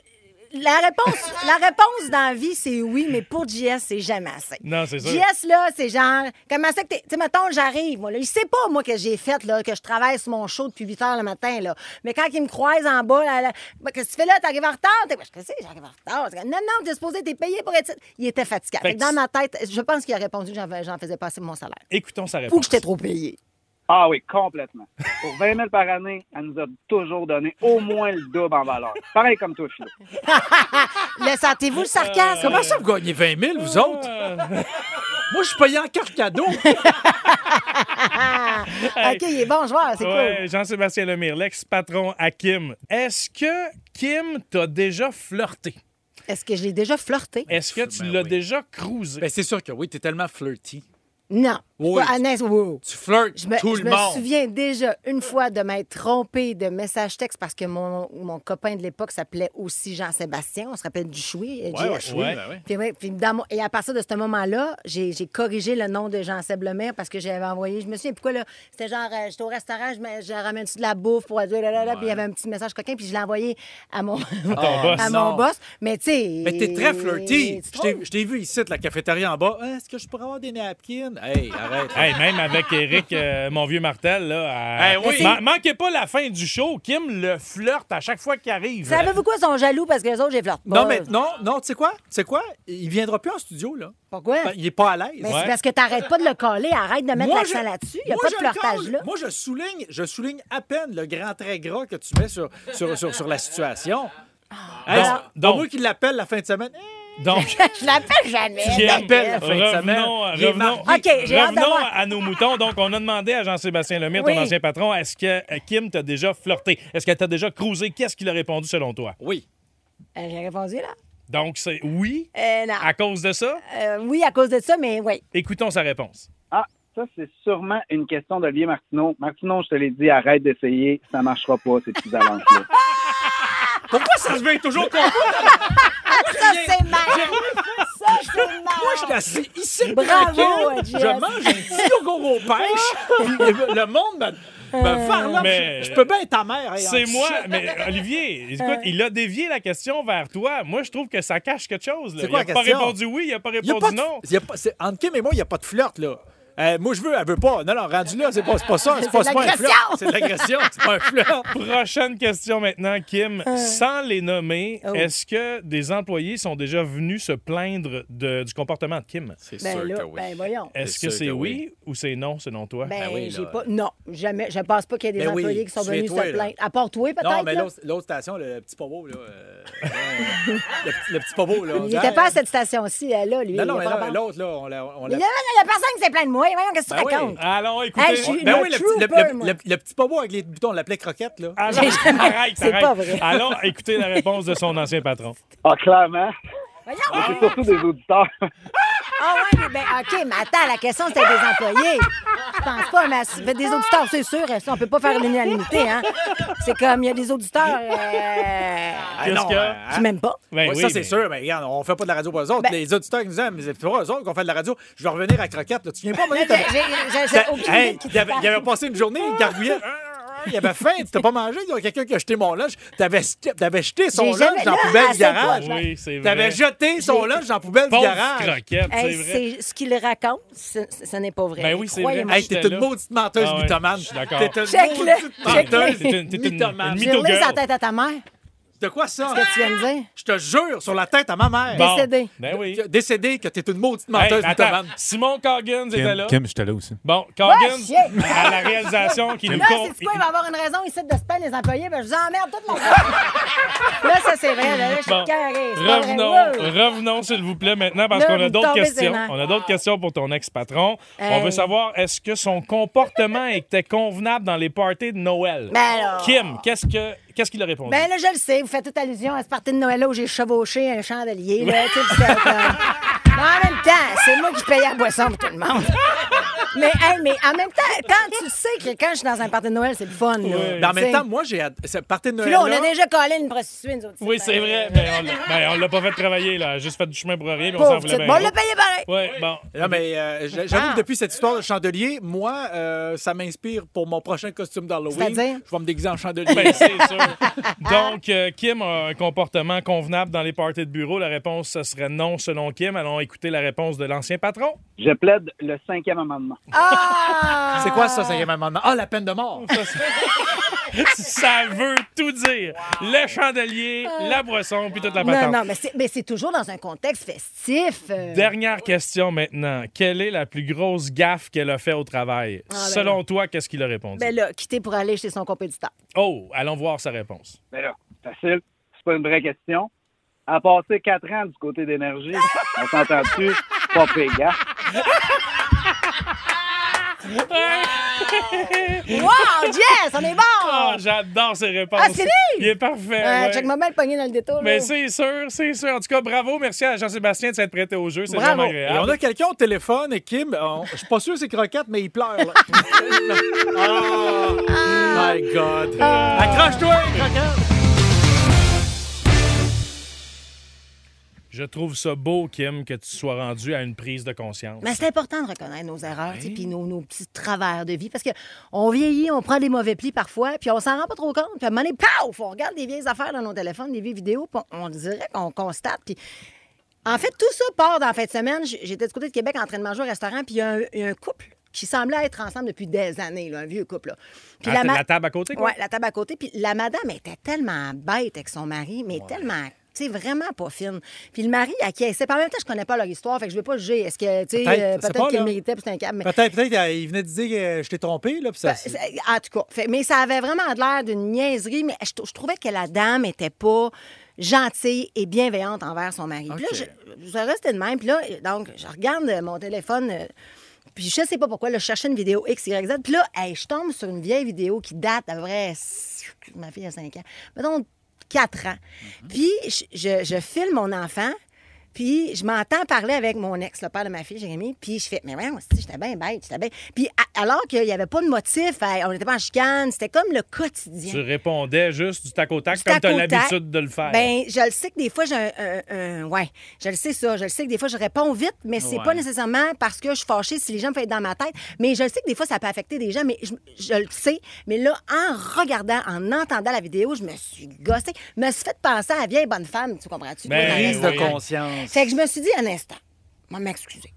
La réponse, la réponse dans la vie, c'est oui, mais pour JS, c'est jamais assez.
Non, c'est sûr.
JS, là, c'est genre, comment ça que t'es. Tu sais, mettons, j'arrive, moi, là. Il sait pas, moi, que j'ai fait, là, que je travaille sur mon show depuis 8 heures le matin, là. Mais quand il me croise en bas, là, là, Ben, qu'est-ce que tu fais là? T'arrives en retard? T'es- Ben, Je sais, j'arrive en retard. Non, non, t'es supposé, t'es payé pour être. Il était fatigué.
Fait
Fait que
que-
dans ma tête, je pense qu'il a répondu que j'en- j'en faisais passer mon salaire.
Écoutons sa réponse.
Ou que j'étais trop payé.
Ah oui, complètement. Pour 20 000 par année, elle nous a toujours donné au moins le double en valeur. Pareil comme toi, Philo.
Le sentez-vous le sarcasme?
Comment ça, vous gagnez 20 000, vous autres?
Ah.
Moi, je suis payé en carte cadeau.
OK, il est bon joueur, c'est cool.
Ouais, Jean-Sébastien Lemire, l'ex-patron à Kim. Est-ce que Kim t'a déjà flirté?
Est-ce que je l'ai déjà flirté?
Est-ce que tu
Ben
l'as
oui.
déjà cruisé?
Ben, c'est sûr que oui, t'es tellement flirty.
Non.
Oui.
Pas honnête, wow, wow.
Tu flirtes
Je me,
tout
je
le
me
monde.
souviens déjà une fois de m'être trompée de message texte parce que mon, mon copain de l'époque s'appelait aussi Jean-Sébastien. On se rappelle du Choui. euh, JS.
Ouais, ouais, je suis,
Ouais.
ben ouais.
Puis ouais, puis dans mon- et à partir de ce moment-là, j'ai j'ai corrigé le nom de Jean-Seb Lemire parce que j'avais envoyé. Je me souviens pourquoi, là. C'était genre, euh, j'étais au restaurant, je, me- je ramène-tu de la bouffe pour dire, là, là, là, puis il y avait un petit message coquin, puis je l'ai envoyé à mon,
ton boss.
à mon
non.
boss. Mais tu sais.
Mais t'es très flirty.
tu
Je t'ai-
trouves?
Je t'ai vu ici, de la cafétéria en bas. Ah, Est-ce que je pourrais avoir des napkins? Hey, arrête.
Hey, même avec Eric, euh, mon vieux Martel, là. euh,
Hey, Ben oui.
ma- manquez pas la fin du show. Kim le flirte à chaque fois qu'il arrive.
Savez-vous quoi, ils sont jaloux parce que les autres, j'ai flirté.
Non,
pas.
mais non, non, tu sais quoi? Tu sais quoi? Il viendra plus en studio, là.
Pourquoi?
Ben, il est pas à l'aise.
Mais
Ouais.
c'est parce que t'arrêtes pas de le coller, arrête de mettre
Moi,
l'accent
je-
là-dessus. Il n'y a
moi,
pas de
je le
flirtage
colle.
là.
Moi, je souligne, je souligne à peine le grand trait gras que tu mets sur, sur, sur, sur la situation.
Ah.
Hey,
Donc-
c'est-
donc-
pas moi qui l'appelle la fin de semaine. Hey,
Donc,
Je l'appelle jamais.
Kim,
l'appelle la fin de semaine.
revenons,
Il est
revenons,
marié.
OK, j'ai hâte de
revenons
voir.
à nos moutons. Donc, on a demandé à Jean-Sébastien Lemire,
Oui.
ton ancien patron, est-ce que euh, Kim t'a déjà flirté? Est-ce qu'elle t'a déjà cruisé? Qu'est-ce qu'il a répondu selon toi?
Oui.
Euh, J'ai répondu là.
Donc, c'est oui
Euh, non.
à cause de ça?
Euh, oui, à cause de ça, mais oui.
Écoutons sa réponse.
Ah, ça, c'est sûrement une question d'Olivier Martineau. Martineau, je te l'ai dit, arrête d'essayer, ça marchera pas, ces petites allances-là.
Pourquoi ça se veut toujours contre moi?
Ça, c'est mal. ça, c'est
Moi, je suis
mal.
assis ici.
Bravo,
tranquille.
Jess.
Je mange un petit yogourt aux pêches. puis le monde me,
Euh,
me farlope.
Mais-
Je peux bien être ta mère. hey,
C'est
en
moi,
shit.
mais Olivier,
Euh.
écoute, il a dévié la question vers toi. Moi, je trouve que ça cache quelque chose. là.
C'est quoi
il a
la
pas
question?
répondu oui, il a pas
Il y a
répondu
pas de-
non.
il y a pas- c'est- entre Kim et moi, il n'y a pas de flirt, là. Euh, moi, je veux, elle veut pas. Non, non, rendu là, c'est pas, c'est pas ça. C'est pas,
C'est de
c'est pas un flirt.
l'agression.
C'est de l'agression, c'est pas un flirt.
Prochaine question maintenant, Kim. Sans les nommer,
Euh. Oh.
est-ce que des employés sont déjà venus se plaindre de- du comportement de Kim?
C'est
Ben là, ben voyons.
Est-ce
C'est
que
sûr
c'est
que
oui ou c'est non selon toi?
Ben,
ben oui,
j'ai
là.
pas. Non, jamais. Je pense pas qu'il y a des
Ben oui,
employés qui sont
tu es
venus
toi,
se
là.
plaindre. À part toi, peut-être.
Non, mais
là.
l'autre l'autre station, le petit povo, là. euh, le, petit- le petit povo, là. on
Il
dit,
n'était
hey,
pas à cette station-ci, euh, là, lui.
Non, non,
il
mais
est pas
là,
bon.
l'autre, là, on l'a. on
Mais
l'a-
il y a- il y a personne qui s'est plaint de moi. Voyons, qu'est-ce que
Ben
tu
oui.
racontes?
Allons écouter.
Hey, je suis-
Ben
le
oui, le,
trooper,
petit- le- le-
moi.
le- le petit povo avec les boutons, on l'appelait croquette, là.
Allons- Arrête,
C'est
arrête.
pas vrai.
Allons écouter la réponse de son ancien patron.
Ah, clairement.
Voyons.
Mais c'est surtout des auditeurs.
Ah ouais, mais ben, OK, mais attends, la question, c'était des employés. Je pense pas, mais c'est- ben, des auditeurs, c'est sûr. Ça, on peut pas faire l'unanimité, hein. C'est comme, il y a des auditeurs euh,
Ah,
Qu'est-ce
non,
que-
euh, hein.
qui m'aiment pas.
Ben
Ouais,
oui,
ça, c'est
mais-
sûr, mais regarde, on fait pas de la radio pour eux autres.
Ben-
Les auditeurs qui nous aiment, mais c'est pas eux autres qu'on fait de la radio. Je vais revenir à Croquette, là. Tu viens pas, mon
J'ai- j'ai- j'ai- j'ai aucune idée
Hey,
de qui tu
il, avait,
parles. Ah,
il avait passé une journée, il gargouillait. il avait faim, tu t'as pas mangé, il y a quelqu'un qui a jeté mon lunch. T'avais avais jeté son
J'ai jamais-
lunch dans la
là,
poubelle
à
du
ce
garage.
point-là.
Oui, c'est vrai.
T'avais jeté son lunch dans la poubelle du
Pauvre
garage.
croquette,
Hey,
c'est vrai.
c'est- ce qu'il raconte, ce, ce n'est pas vrai.
Ben oui, c'est vrai.
Croyez-moi.
Hey, t'es
J'étais
une
là.
maudite menteuse
Ah ouais,
mythomane.
je suis d'accord.
T'es une
Check-le,
maudite
check-le.
menteuse
T'es une- t'es une-
mythomane.
une mytho-
J'ai
girl.
la tête à ta mère.
De quoi ça?
Qu'est-ce que tu viens de dire?
Je te jure, sur la tête à ma mère.
Bon.
Décédé.
Ben oui.
Tu as Décédé que t'es une maudite
Hey,
menteuse
attends,
mythomane.
Simon Coggins était là.
Kim, Kim j'étais là aussi.
Bon, Coggins,
Ouais, Oh, shit.
à la réalisation qui nous
Là,
compte.
c'est quoi? Il va avoir une raison ici de se plaindre les employés. Ben, je vous emmerde toute la journée. là, ça, c'est vrai. Là, là, je suis
Bon,
carré. C'est pas vrai.
Revenons, Euh,
Wow.
revenons s'il vous plaît maintenant parce
Là,
qu'on
vous
a d'autres
tombez sur
questions.
les nerfs.
On a d'autres questions pour ton ex-patron. On
Hey.
veut savoir est-ce que son comportement était convenable dans les parties de Noël.
Ben alors.
Kim, qu'est-ce que qu'est-ce qu'il a répondu
Ben là, je le sais, vous faites toute allusion à ce party de Noël là où j'ai chevauché un chandelier. Là, tu sais, puis c'est, euh, mais en même temps, c'est moi qui payais la boisson pour tout le monde. mais, hey, mais en même temps, quand tu sais que quand je suis dans un party de Noël, c'est le fun. Là,
Mais en
tu sais.
même temps, moi, j'ai. ad- Cette partie de
Puis
Noël.
là, on a déjà collé une prostituée, nous autres.
Oui, c'est vrai, mais on l'a- ben, on l'a pas fait travailler là, juste fait du chemin pour rien, mais on s'en
Pauvre
voulait
petite. ben.
bien.
Bon, on
gros.
l'a payé pareil.
Ouais, bon.
Là, mais euh, j'a- j'avoue
Ah.
que depuis cette histoire de chandelier, moi, euh, ça m'inspire pour mon prochain costume d'Halloween.
C'est-à-dire?
Je vais me déguiser en chandelier.
Ben, c'est sûr. Donc, euh, Kim a un comportement convenable dans les parties de bureau. La réponse, ce serait non selon Kim. Allons écouter la réponse de l'ancien patron.
Je plaide le cinquième amendement.
Ah!
c'est quoi ça, cinquième amendement? Ah, la peine de mort!
Ça veut tout dire. Le chandelier, la boisson, puis toute la
Non,
patente.
non, mais c'est, mais c'est toujours dans un contexte festif. euh.
Dernière question maintenant. Quelle est la plus grosse gaffe qu'elle a fait au travail?
ben
Selon toi, qu'est-ce qu'il a répondu?
Ben là, quitter pour aller chez son compétiteur.
Oh, allons voir sa réponse.
Mais là, facile. C'est pas une vraie question. À passer quatre ans du côté d'énergie, on s'entend-tu? Pas pire, gars.
Wow, yes, on est bon!
Ah, j'adore ses réponses.
Ah, c'est lui?
Il est parfait.
Euh,
ouais.
Check-moi bien le pogné dans le détour.
Mais
là.
c'est sûr, c'est sûr. En tout cas, bravo. Merci à Jean-Sébastien de s'être prêté au jeu. C'est
Bravo.
vraiment
Et on
agréable.
a quelqu'un au téléphone et Kim, euh, on- je suis pas sûr c'est croquette, mais il pleure. Là. oh, my God. Ah! Accroche-toi, croquette.
Je trouve ça beau, Kim, que tu sois rendu à une prise de conscience.
Mais c'est important de reconnaître nos erreurs, tu sais, puis nos, nos petits travers de vie, parce que on vieillit, on prend des mauvais plis parfois, puis on s'en rend pas trop compte. Puis à un moment donné, paf, on regarde des vieilles affaires dans nos téléphones, des vieilles vidéos, puis on, on dirait qu'on constate. Puis en fait, tout ça part dans la fin de semaine. J- J'étais du côté de Québec en train de manger au restaurant, puis il y a un, il y a un couple qui semblait être ensemble depuis des années, là, un vieux couple. Là. Puis
Ah, c'est
ma-
la table à côté, quoi?
Ouais, la table à côté. Puis la madame était tellement bête avec son mari, mais tellement. Tu sais, vraiment pas fine. Puis le mari acquiesçait. Puis en même temps, je connais pas leur histoire, fait que je vais pas juger. Est-ce que, tu sais,
Peut-être,
euh,
je sais
peut-être
pas,
qu'il
là.
méritait, puis c'est un câble. mais-
Peut-être, peut-être, euh, il venait de dire que je t'ai trompé, là, puis ça. c'est-
Ben, c'est- En tout cas, fait- mais Bah, ça avait vraiment l'air d'une niaiserie, mais je, t- je trouvais que la dame était pas gentille et bienveillante envers son mari. Puis là,
OK.
je, je restais de même. Puis là, donc, je regarde euh, mon téléphone. euh, puis je sais pas pourquoi, là, je cherchais une vidéo X, Y, Z. Puis là, hey, je tombe sur une vieille vidéo qui date à peu près... Ma fille a 5 ans. Mettons 4 ans.
Mhm.
Puis je, je, je filme mon enfant. Puis je m'entends parler avec mon ex, le père de ma fille, Jérémy. Puis je fais, mais voyons, si, j'étais bien bête, j'étais bien... Puis a- alors qu'il n'y avait pas de motif, hey, on n'était pas en chicane, c'était comme le quotidien.
Tu répondais juste du tac au tac,
Du
comme
tac
tu as
au tac.
l'habitude de le faire.
Ben, je le sais que des fois, j'ai un, un- un- Ouais, je le sais ça. Je le sais que des fois, je réponds vite, mais c'est pas nécessairement parce que je suis fâchée si les gens me font être dans ma tête. Mais je le sais que des fois, ça peut affecter des gens, mais je, je le sais. Mais là, en regardant, en entendant la vidéo, je me suis gossée. Je me suis fait penser à la vieille bonne femme, tu comprends-tu?
Ben
Dans
Prise
l'instant.
de conscience.
Fait que je me suis dit un instant, je vais m'excuser.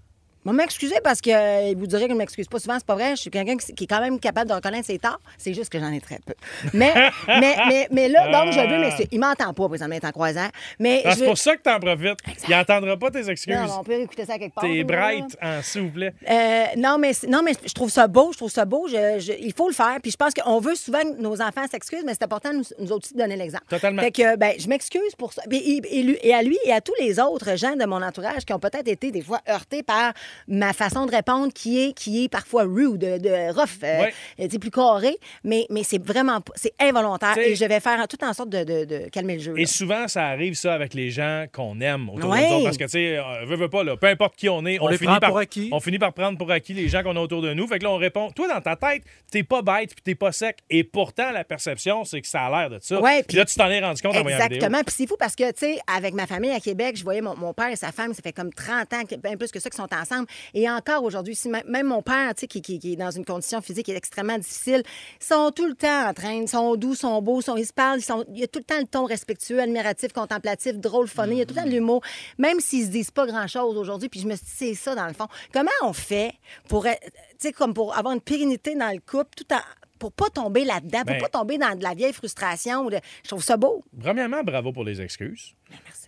Je vais m'excuser parce que euh, vous direz que je m'excuse pas souvent, c'est pas vrai. Je suis quelqu'un qui, qui est quand même capable de reconnaître ses torts. C'est juste que j'en ai très peu. Mais, mais, mais, mais là, donc, je veux m'excuser. Il m'entend pas, présentement, il est en croisant. Mais
Euh. Ah,
je
c'est
veux-
pour ça que t'en profites. Il n'entendra pas tes excuses.
Non, on peut écouter ça quelque part.
T'es
là.
bright, hein, s'il vous plaît.
Euh, non, mais, c'est- non, mais je trouve ça beau, je trouve ça beau. Je- je- il faut le faire. Puis je pense qu'on veut souvent que nos enfants s'excusent, mais c'est important, nous, nous autres aussi, de donner l'exemple.
Totalement.
Fait que, ben, je m'excuse pour ça. Puis il- il- lui- et à lui et à tous les autres gens de mon entourage qui ont peut-être été des fois heurtés par ma façon de répondre qui est, qui est parfois rude, de rough, euh,
Ouais.
euh, tu sais, plus carré. Mais, mais c'est vraiment pas- c'est involontaire
T'sais-
et je vais faire tout en sorte de, de- de calmer le jeu.
Et
là.
souvent, ça arrive, ça, avec les gens qu'on aime autour de
Ouais.
nous autres. Parce que, tu sais, euh, veux, veux pas, là, peu importe qui on est,
On les
finit
prend
par,
pour acquis.
on finit par prendre pour acquis les gens qu'on a autour de nous. Fait que là, on répond, toi, dans ta tête, t'es pas bête, puis t'es pas sec. Et pourtant, la perception, c'est que ça a l'air de ça.
Ouais,
puis
puis-
là, tu t'en es rendu compte en voyant la vidéo.
Exactement. Puis c'est fou parce que, tu sais, avec ma famille à Québec, je voyais mon, mon père et sa femme, ça fait comme 30 ans, bien plus que ça, qu'ils sont ensemble. ensemble. Et encore aujourd'hui, si même- même mon père, tu sais, qui, qui- qui est dans une condition physique extrêmement difficile, ils sont tout le temps en train, ils sont doux, sont beaux, sont, ils se parlent, ils sont, il y a tout le temps le ton respectueux, admiratif, contemplatif, drôle, funny, il y a tout le temps de l'humour, même s'ils se disent pas grand-chose aujourd'hui. Puis je me suis dit, c'est ça, dans le fond. Comment on fait pour, être- tu sais, comme pour avoir une pérennité dans le couple tout en pour pas tomber là-dedans, pour
Ben-
pas tomber dans de la vieille frustration. ou de- Je trouve ça beau.
Premièrement, bravo pour les excuses.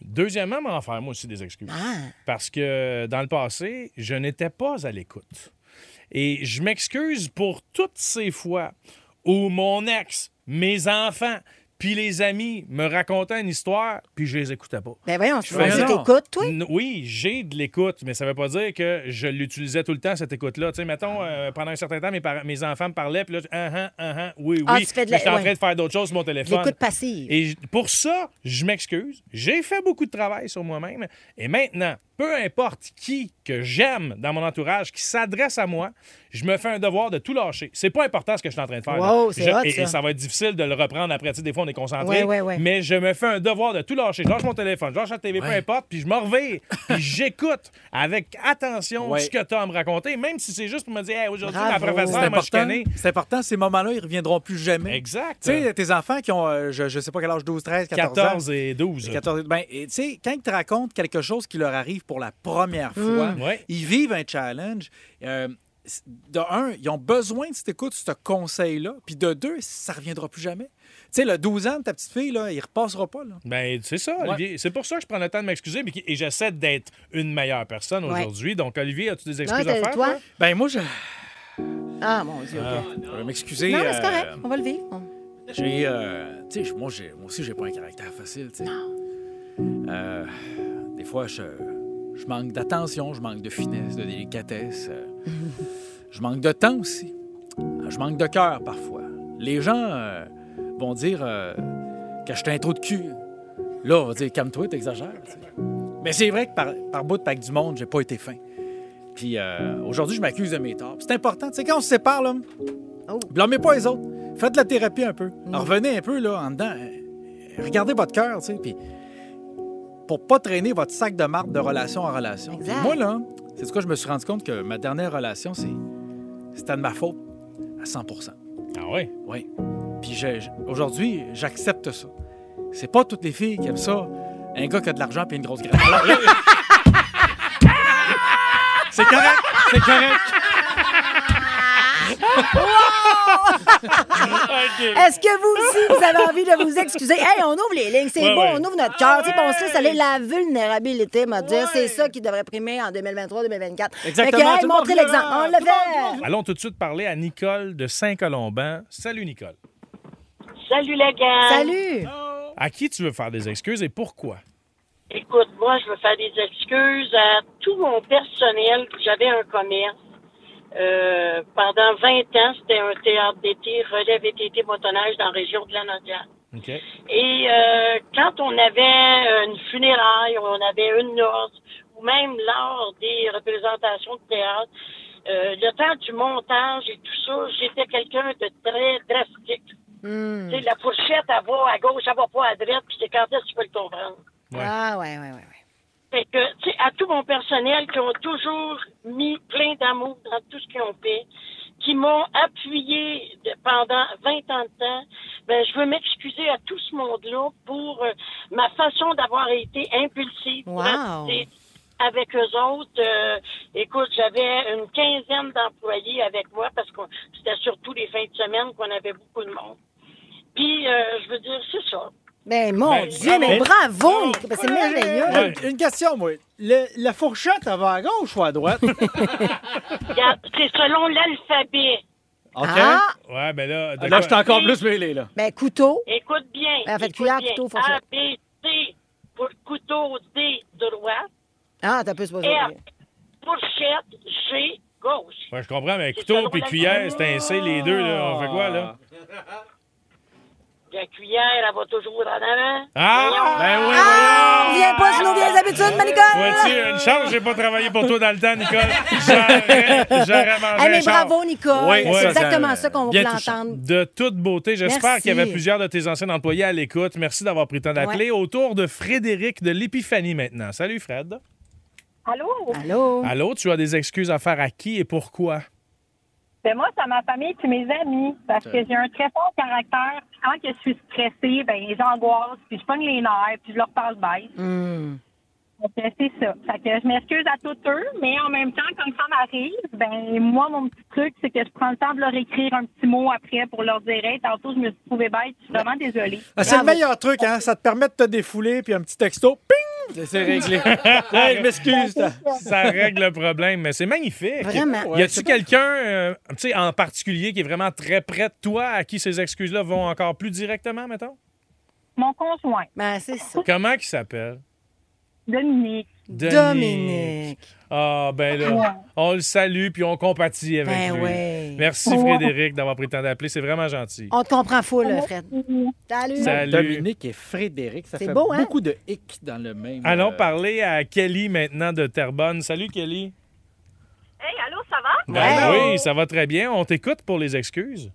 Deuxièmement, m'en faire moi aussi des excuses.
Ben, Ah.
Parce que dans le passé, je n'étais pas à l'écoute. Et je m'excuse pour toutes ces fois où mon ex, mes enfants, puis les amis me racontaient une histoire, puis je les écoutais pas.
Ben voyons, tu
fais non.
t'écoutes, toi?
N- Oui, j'ai de l'écoute, mais ça veut pas dire que je l'utilisais tout le temps, cette écoute-là. Tu sais, mettons, euh, pendant un certain temps, mes, par- mes enfants me parlaient, puis là, ah, ah, ah, ah, oui,
Ah,
oui.
tu fais de la-
mais j'étais en
ouais.
train de faire d'autres choses sur mon téléphone.
L'écoute passive.
Et j- pour ça, je m'excuse. J'ai fait beaucoup de travail sur moi-même. Et maintenant, peu importe qui que j'aime dans mon entourage qui s'adresse à moi, je me fais un devoir de tout lâcher. C'est pas important ce que je suis en train de faire. là.
Wow, c'est
Je-
hot,
et,
ça.
et ça va être difficile de le reprendre après. Tu sais, des fois, on est concentré.
Ouais, ouais, ouais.
Mais je me fais un devoir de tout lâcher. Je lâche mon téléphone, je lâche la TV, peu importe, puis je m'en revire. puis j'écoute avec attention
Ouais.
ce que tu as à me raconter, même si c'est juste pour me dire Hey, aujourd'hui,
Bravo.
ma
C'est
professeure m'a
important,
chicané.
c'est important, ces moments-là, ils reviendront plus jamais.
Exact.
Tu sais, tes enfants qui ont, euh, je, je sais pas quel âge, 12, 13, 14,
14
ans.
et 12.
14, ben, et tu sais, quand ils te racontent quelque chose qui leur arrive pour la première
Mm.
fois,
Ouais.
ils vivent un challenge. Euh, c- de un, ils ont besoin de cette écoute, ce conseil-là. Puis de deux, ça reviendra plus jamais. Tu sais, le 12 ans de ta petite fille, là, il repassera pas. Là.
Ben, c'est ça, Olivier. C'est pour ça que je prends le temps de m'excuser mais qui- et j'essaie d'être une meilleure personne
Ouais.
aujourd'hui. Donc, Olivier, as-tu des
Non,
excuses à
t'as-
faire?
toi?
Ben moi, je,
Ah, mon Dieu. ok.
je vais m'excuser.
non, mais c'est
euh,
correct. On va le vivre. On-
J'ai. euh, tu sais, moi, j'ai- moi aussi, j'ai pas un caractère facile, tu sais. Euh, des fois, je, je manque d'attention, je manque de finesse, de délicatesse. euh, je manque de temps aussi. Euh, Je manque de cœur parfois. Les gens euh, vont dire euh, que je suis un trou de cul. Là, on va dire calme-toi, t'exagères. tu sais. Mais c'est vrai que par, par bout de pack du monde, j'ai pas été fin. Puis euh, aujourd'hui, je m'accuse de mes torts. C'est important. Tu sais, quand on se sépare, là,
Oh. Mm.
blâmez pas les autres. Faites de la thérapie un peu. Alors, Revenez un peu là, en dedans. Euh, Regardez votre cœur, tu sais. Puis pour pas traîner votre sac de marde de relation en relation. Puis
Exact.
moi, là, c'est ce que je me suis rendu compte que ma dernière relation, c'est c'était de ma faute à 100
Ah ouais.
Oui. Puis j'ai- j'- aujourd'hui, j'accepte ça. C'est pas toutes les filles qui aiment ça. Un gars qui a de l'argent puis une grosse graine. Alors, là- c'est correct, c'est correct.
Est-ce que vous aussi, vous avez envie de vous excuser? Hey, on ouvre les lignes, c'est
Ouais,
bon,
ouais.
on ouvre notre cœur. Tu sais, puis on se laisse aller la vulnérabilité, m'a dire. C'est ça qui devrait primer en 2023-2024.
Exactement,
Fait que, hey,
tout le monde
montrez
violent,
l'exemple. On le
tout le monde
fait.
Allons tout de suite parler à Nicole de Saint-Colomban. Salut, Nicole.
Salut la gang.
Salut.
À qui tu veux faire des excuses et pourquoi?
Écoute, moi, je veux faire des excuses à tout mon personnel. J'avais un commerce. Euh, pendant 20 ans, c'était un théâtre d'été, relais VTT motoneige dans la région de la Nodière.
OK.
Et euh, quand on avait euh, une funéraille, on avait une noce, ou même lors des représentations de théâtre, euh, le temps du montage et tout ça, j'étais quelqu'un de très drastique.
Hmm.
Tu sais, la fourchette, elle va à gauche, elle va pas à droite, puis c'est quand est-ce que tu peux le comprendre?
Ouais.
Ah, ouais, ouais, ouais. ouais.
Fait que, tu sais, à tout mon personnel qui ont toujours mis plein d'amour dans tout ce qu'ils ont fait, qui m'ont appuyé de- pendant 20 ans de temps, ben, je veux m'excuser à tout ce monde-là pour euh, ma façon d'avoir été impulsive.
Wow.
Et Avec eux autres, euh, écoute, j'avais une quinzaine d'employés avec moi parce que c'était surtout les fins de semaine qu'on avait beaucoup de monde. Puis, euh, je veux dire, c'est ça.
Ben, mon
Ben,
Dieu, mais bravo,
bravo.
Nick. Ben, C'est merveilleux.
Ouais.
Une, une question, moi. Le- la fourchette, elle va à gauche ou à droite? OK.
Regarde, C'est selon l'alphabet.
Ah,
Ouais, ben là. de
Là,
quoi-
je suis encore plus mêlé, là.
ben, couteau.
Écoute bien.
Ben, en fait,
écoute
cuillère,
bien.
couteau, fourchette.
A, B, C pour couteau, D, droit.
Ah, t'as plus besoin.
Et après, fourchette, G, gauche.
Ouais, je comprends, mais
C'est
couteau
selon
puis
la-
cuillère, c'est un C, les deux, là. On fait quoi, là?
La cuillère, elle va toujours en avant.
Ah! Ben oui,
Ah, on vient pas sur nos vieilles habitudes, ma Nicole.
Vois-tu, une chance, j'ai pas travaillé pour toi dans le temps, Nicole. J'aurais j'aurais mangé
Eh,
un
mais
char.
bravo, Nicole.
Oui,
c'est
Ah, ouais, ça,
exactement ça qu'on
bien
veut l'entendre.
De toute beauté. J'espère
Merci.
qu'il y avait plusieurs de tes anciens employés à l'écoute. Merci d'avoir pris le temps d'appeler. Autour de Frédéric de l'Épiphanie maintenant. Salut, Fred.
Allô?
Allô?
Allô, tu as des excuses à faire à qui et pourquoi?
Ben moi, c'est ma famille puis mes amis, parce que j'ai un très fort caractère. Quand que je suis stressée, ben j'angoisse, puis je pogne les nerfs, puis je leur parle bête.
Hmm.
Donc, euh, c'est ça. Fait que je m'excuse à tous eux, mais en même temps, quand ça m'arrive, ben moi, mon petit truc, c'est que je prends le temps de leur écrire un petit mot après pour leur dire Hey, tantôt, je me suis trouvée bête, je suis vraiment désolée.
Ah, c'est le meilleur truc, hein? Ça te permet de te défouler, puis un petit texto, ping! C'est réglé. hey, je m'excuse. t'as-
Ça règle le problème, mais c'est magnifique.
Vraiment.
Y a-tu quelqu'un euh, tu sais, en particulier qui est vraiment très près de toi, à qui ces excuses-là vont encore plus directement, mettons?
Mon conjoint,
Ben, c'est ça.
Comment il s'appelle?
Dominique,
Denis.
Dominique.
Ah, ben là, on le salue puis on compatit avec
Ben
lui.
ouais.
Merci Frédéric d'avoir pris le temps d'appeler, c'est vraiment gentil.
On te comprend full, Fred. Salut.
Salut.
Dominique et Frédéric, ça
C'est
fait
beau, hein?
beaucoup de hic dans le même.
Allons
euh,
parler à Kelly maintenant de Terrebonne. Salut Kelly.
Hey, allô, ça va?
Ben
Ouais.
oui, ça va très bien. On t'écoute pour les excuses.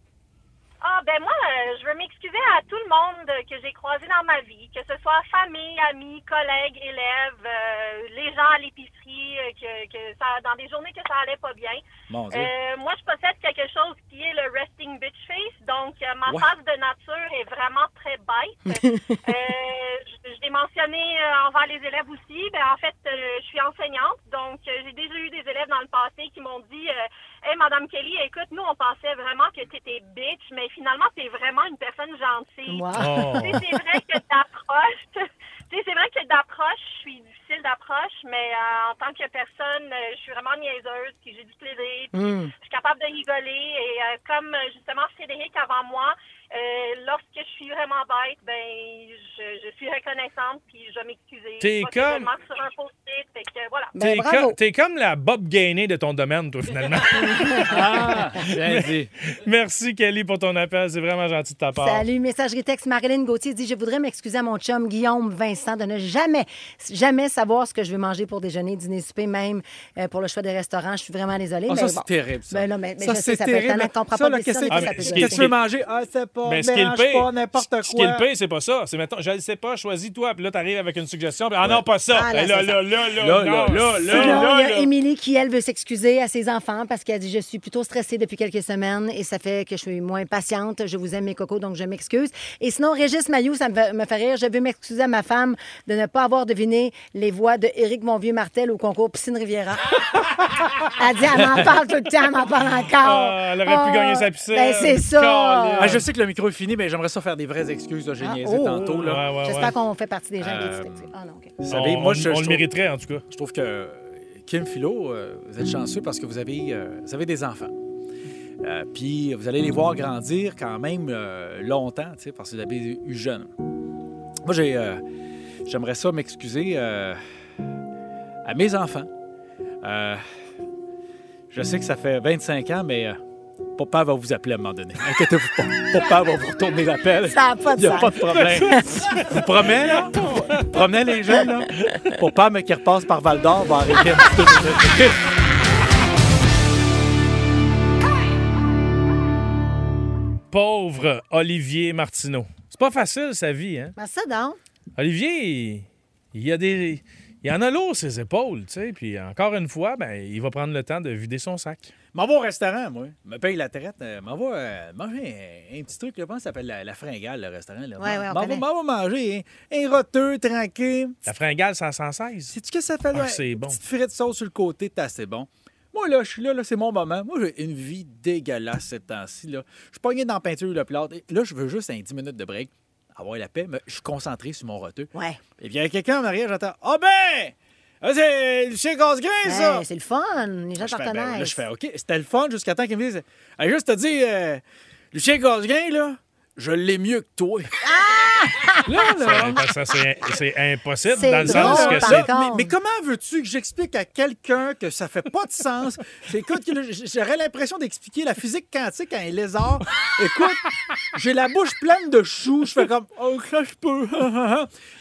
Ah, ben moi, euh, je veux m'excuser à tout le monde que j'ai croisé dans ma vie, que ce soit famille, amis, collègues, élèves, euh, les gens à l'épicerie, euh, que, que ça, dans des journées que ça allait pas bien.
Mon Dieu.
Euh, moi, je possède quelque chose qui est le resting bitch face, donc euh, ma
Ouais.
face de nature est vraiment très bête. Euh, je je l'ai mentionné euh, envers les élèves aussi. Ben, en fait, euh, je suis enseignante, donc euh, j'ai déjà eu des élèves dans le passé qui m'ont dit euh, Hey, Madame Kelly, écoute, nous, on pensait vraiment que t'étais bitch, mais finalement, t'es vraiment une personne gentille.
Moi.
Oh.
Tu sais,
Ben
c'est vrai que d'approche, tu sais, c'est vrai que d'approche, je suis difficile d'approche, mais euh, en tant que personne, euh, je suis vraiment niaiseuse, puis j'ai du plaisir, puis
Hmm.
Mm.
je suis capable de rigoler. Et euh, comme euh, justement Frédéric avant moi, euh, lorsque je suis vraiment bête, ben je, je suis reconnaissante, puis je vais m'excuser.
T'es
Je vais
comme-
simplement sur un post-it, fait que voilà.
Ben,
T'es
bravo.
co- T'es comme la Bob Gainey de ton domaine, toi, finalement.
Ah, bien dit.
Merci, Kelly, pour ton appel. C'est vraiment gentil de ta part.
Salut, messagerie texte. Marilyn Gauthier dit Je voudrais m'excuser à mon chum Guillaume Vincent de ne jamais, jamais savoir ce que je vais manger pour déjeuner, dîner, souper, même euh, pour le choix des restaurants. Je suis vraiment désolée.
Ah,
mais
ça, c'est
bon.
terrible, ça.
Ben là, mais, mais
ça,
je sais,
c'est
ça peut être
terrible.
tannant. Je comprends
Ça,
pas
là,
des
qu'est-ce
décisions,
que-
des fois,
Ah, mais
ça peut
ce
qu'est-ce
qui-
que
être
tu veux manger? Ah, c'est pas,
Mais Ben, ce qui est le
mélange pas
pire,
n'importe quoi.
ce qui est le pire, c'est pas ça. C'est maintenant, je le sais pas, choisis-toi. Puis là, t'arrives avec une suggestion. puis, ah non, pas ça.
Ah, là,
Eh, là,
c'est
là,
ça.
là, là,
Là,
non, là,
là, c'est-
Non,
là,
il y a
là.
Émilie qui, elle, veut s'excuser à ses enfants parce qu'elle dit Je suis plutôt stressée depuis quelques semaines et ça fait que je suis moins patiente. Je vous aime, mes cocos, donc je m'excuse. Et sinon, Régis Mailloux, ça me fait, me fait rire. Je veux m'excuser à ma femme de ne pas avoir deviné les voix de Éric Monvieux Martel au concours Piscine Riviera. elle dit Elle m'en parle tout le temps, elle m'en parle encore.
Ah, elle aurait pu
Ah,
gagner sa piscine.
Ben, c'est
Colin.
ça.
Ah, je sais que le micro est fini, mais j'aimerais ça faire des vraies excuses. là, J'ai
Ah,
niaisé
oh,
tantôt. Là.
Ouais, ouais,
J'espère
ouais.
qu'on fait partie des gens qui
Euh,
disent que- Ah non, OK.
Vous
On-
savez, moi,
on-
je,
on
je
le
trouve-
mériterait, en tout cas.
je trouve que euh, Kim Philo, euh, vous êtes chanceux parce que vous avez, euh, vous avez des enfants. Euh, Puis vous allez les voir grandir quand même euh, longtemps, tu sais, parce que vous avez eu jeune. Moi, j'ai, euh, j'aimerais ça m'excuser euh, à mes enfants. Euh, je sais que ça fait 25 ans, mais euh, papa va vous appeler à un moment donné. Inquiétez-vous pas. Papa va vous retourner l'appel.
Ça n'a pas de
Il n'y a
sens.
pas de problème. Vous promenez, là? Vous promenez les jeunes, là? Pour pas, mais qui repasse par Val d'Or, va arrêter un petit peu de-
Pauvre Olivier Martineau. C'est pas facile, sa vie, hein?
Ben, ça, donc.
Olivier, il y a des. Il y en a lourd ses épaules, tu sais. Puis encore une fois, ben, il va prendre le temps de vider son sac.
M'en vais au restaurant, moi. Me paye la traite. euh, M'en vais euh, manger un, un petit truc, là, je pense que ça s'appelle la, la fringale, le restaurant. Là.
Ouais, ouais, on
M'en vais-
connaît.
m'en vais manger un, un roteux, tranquille.
La fringale, c'est en 116.
Sais-tu que ça fait?
Ah,
ouais,
c'est bon.
Petite frite sauce sur le côté, t'as assez bon. Moi, là, je suis là, là c'est mon moment. Moi, j'ai une vie dégueulasse ces temps-ci. Là. Je suis pogné dans la peinture, le plat. Et Là, je veux juste un 10 minutes de break, avoir la paix, mais je suis concentré sur mon roteux.
Ouais.
Et bien, quelqu'un en arrière, j'entends Ah ben Ah, C'est Lucien Casgrain, ça
Hey, c'est le fun. Les gens
Là, je fais,
partenaires.
ben, là, je fais OK. C'était le fun jusqu'à temps qu'ils me disent Hey, Juste te dire, euh, Lucien Casgrain, là, je l'ai mieux que toi.
Ah!
là, là.
Ben, ça, c'est c'est impossible
C'est
dans le
drôle,
sens
Là,
que
par
c'est.
contre.
mais, mais comment veux-tu que j'explique à quelqu'un que ça fait pas de sens? C'est- Écoute, que là, j- j'aurais l'impression d'expliquer la physique quantique à un lézard. Écoute,
Euh.
j'ai la bouche pleine de choux. Je fais comme, oh, ça, je peux.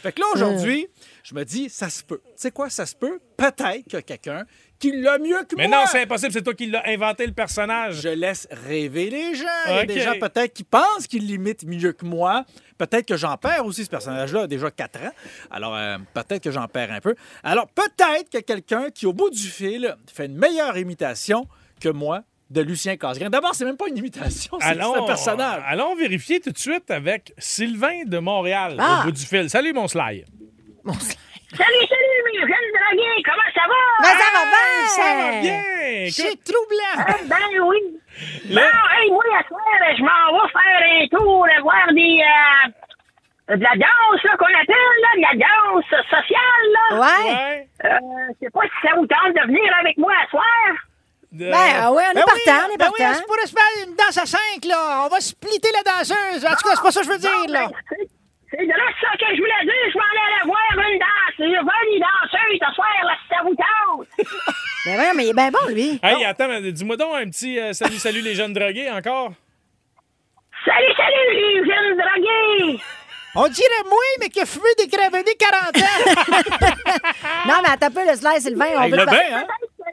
fait que là, aujourd'hui, je me dis, ça se peut. Tu sais quoi, ça se peut? Peut-être que quelqu'un qui l'a mieux que
Mais
moi.
non, c'est impossible, c'est toi qui l'as inventé le personnage.
Je laisse rêver les gens. Il y a des
OK.
gens peut-être qui pensent qu'ils l'imitent mieux que moi. Peut-être que j'en perds aussi, ce personnage-là a déjà 4 ans. Alors, euh, peut-être que j'en perds un peu. Alors, peut-être que quelqu'un qui, au bout du fil, fait une meilleure imitation que moi de Lucien Casgrain. D'abord, c'est même pas une imitation, c'est juste un personnage.
allons vérifier tout de suite avec Sylvain de Montréal,
Ah.
au bout du fil. Salut, mon Sly.
Salut, salut, mes jeunes dragués, comment ça va?
Ah,
Mais
hein?
ça va bien!
Ça
Eh.
va bien! Écoute,
C'est troublant!
Eh Ben oui.
là-
Bon, hey, moi, la soirée, je m'en vais faire un tour, euh, voir des. euh, de la danse, là, qu'on appelle, là, de la danse sociale, là.
Ouais.
ouais.
Euh, je sais pas si ça vous tente de venir avec moi à soir.
De-
Ben, ah ouais, on est
Ben oui,
partant, on est
ben oui,
partant.
c'est pour se faire une danse à 5, là. On va splitter la danseuse. En tout cas, c'est pas ça que je veux dire,
Bon,
là.
ben, c'est- C'est de là ça que je voulais dire, je m'en allais voir une danse, une bonne danseuse à soir, là, si ça vous tente.
Ben ouais, mais il est bien bon, lui.
Hey, attends, mais dis-moi donc un petit euh, salut, salut les jeunes drogués encore.
Salut, salut, les jeunes dragués!
On dirait moi, mais qui a fumé des cravenés 40 ans.
Non, mais attends un peu, le Sly Sylvain, on
Il
veut...
l'a
par-
bien, hein?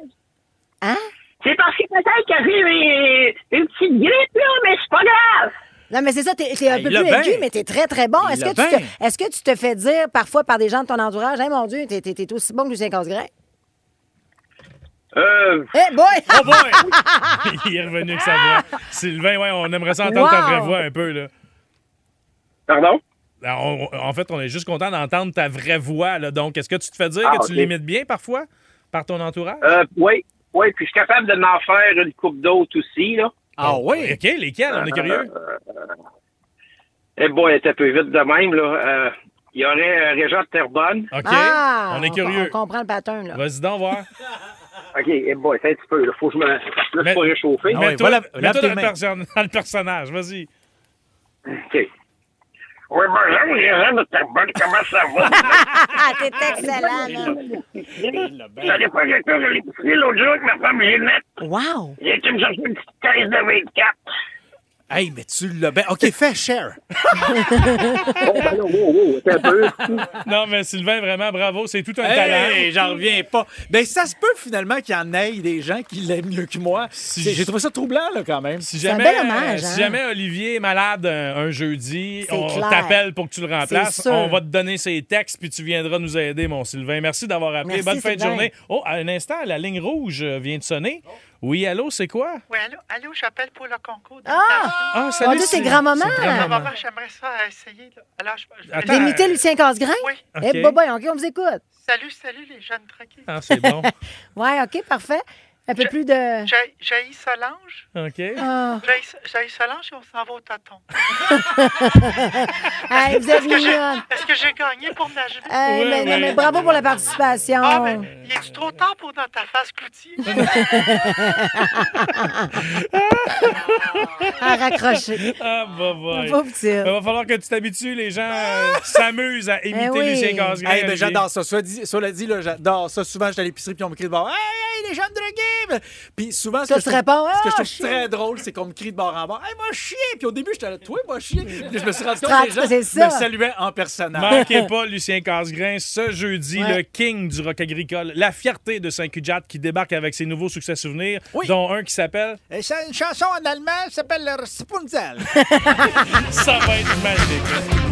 Hein?
C'est parce que peut-être que j'ai une, une petite grippe, là, mais c'est pas grave.
Non, mais c'est ça, t'es t'es un
Ah, Il
peu
l'a
plus aigu,
bien.
mais t'es très, très bon.
Il
Est-ce que,
l'a
tu te...
bien.
Est que tu te fais dire parfois par des gens de ton entourage, « Hey, mon Dieu, t'es- t'es t'es aussi bon que Lucien Casgrain?
Euh, »
Eh, boy!
Oh boy! Il est revenu avec sa voix. Sylvain, ouais, on aimerait ça entendre ta
Wow.
vraie voix un peu, là.
pardon?
Alors, on- on- en fait, on est juste content d'entendre ta vraie voix, là. Donc, est-ce que tu te fais dire
Ah,
que tu
ok.
l'imites bien parfois par ton entourage?
Euh, oui, oui, puis je suis capable de m'en faire une coupe d'autres aussi, là.
Ah
OK, lesquels? On est curieux.
Eh bon, elle était un peu vite de même, là. Euh, Il y aurait euh, Régent de Terrebonne.
OK,
Ah!
on est
On
curieux.
comprend le pattern, là.
Vas-y donc voir.
OK, eh boy, c'est un petit peu, là. Faut que je me... Là, je
Mais-
suis pas réchauffé.
Ah ouais,
Mets-toi
va la-
mets-toi
lave tes
dans, le
mains.
perso- dans le personnage, vas-y.
OK. Oui, bonjour, Régent de Terrebonne, comment ça va?
Ah, t'es excellent, là.
J'allais pas j'étais à l'épicerie l'autre jour avec ma femme Ginette.
Wow!
J'ai été me chercher une petite caisse de 24.
Hey, mais tu l'as bien. OK, fais cher.
Oh, ben là, wow, wow, c'est un peu...
Non, mais Sylvain, vraiment, bravo. C'est tout un talent.
Hey, j'en reviens pas. Ben, ça se peut finalement qu'il y en ait des gens qui l'aiment mieux que moi. C'est- J'ai trouvé ça troublant, là, quand même.
Si
un
jamais, euh,
bel hommage,
si
hein?
jamais Olivier est malade un, un jeudi,
C'est
on
clair.
t'appelle pour que tu le remplaces.
C'est sûr.
On va te donner ses textes puis tu viendras nous aider, mon Sylvain. Merci d'avoir appelé.
Merci,
Bonne fin de
Sylvain.
journée. Oh, à un instant, la ligne rouge euh, vient de sonner. Oui, allô, c'est quoi?
Oui, allô, allô j'appelle pour le concours.
Ah!
Ah,
Mon Dieu, c'est grand-maman!
c'est grand-maman.
Maman, j'aimerais ça essayer. là. Alors, je, je vais
Attends.
aller-
D'imiter Lucien Casgrain?
Oui.
Eh,
OK.
boboy, OK, on vous écoute.
Salut, salut les jeunes traqués.
Ah, c'est bon.
Ouais, OK, parfait. Un peu plus de...
J'ai j'ai Solange.
OK.
Ah.
J'ai j'ai Solange et on s'en va au tâton.
Hey, vous êtes mignonne.
Est-ce que j'ai gagné pour ma journée?
Hey,
Ouais,
mais, non,
ouais.
mais bravo pour la participation.
Ah, ben, il est trop tard pour dans ta face, Cloutier?
À raccrocher.
Ah, bah, bah.
Pauvre petite.
Il va falloir que tu t'habitues. Les gens euh, s'amusent à imiter
Eh oui.
Lucien Casgrain.
Hey, ben,
Olivier.
j'adore ça. Soit dit, cela dit, là, j'adore ça. Souvent, j'étais à l'épicerie puis on me crie de bord. Hey, hey, les jeunes drogués! Ben, Puis souvent, ce
Ça,
que, je
tu
trouve,
réponds,
ce que je
Ah,
trouve
chier.
très drôle, c'est qu'on me crie de bord en bord. Hey, moi, chier! Puis au début, j'étais là, toi, moi, chier! Puis je me suis rendu compte
rends-
que les
c'est
gens
ça.
me saluaient en personnage.
Manquez pas Lucien Casgrain ce jeudi,
Ouais.
le king du rock agricole, la fierté de Saint-Cujat qui débarque avec ses nouveaux succès souvenirs,
Oui.
dont un qui s'appelle
Et c'est une chanson en allemand qui s'appelle le Rapunzel.
Ça va être magique.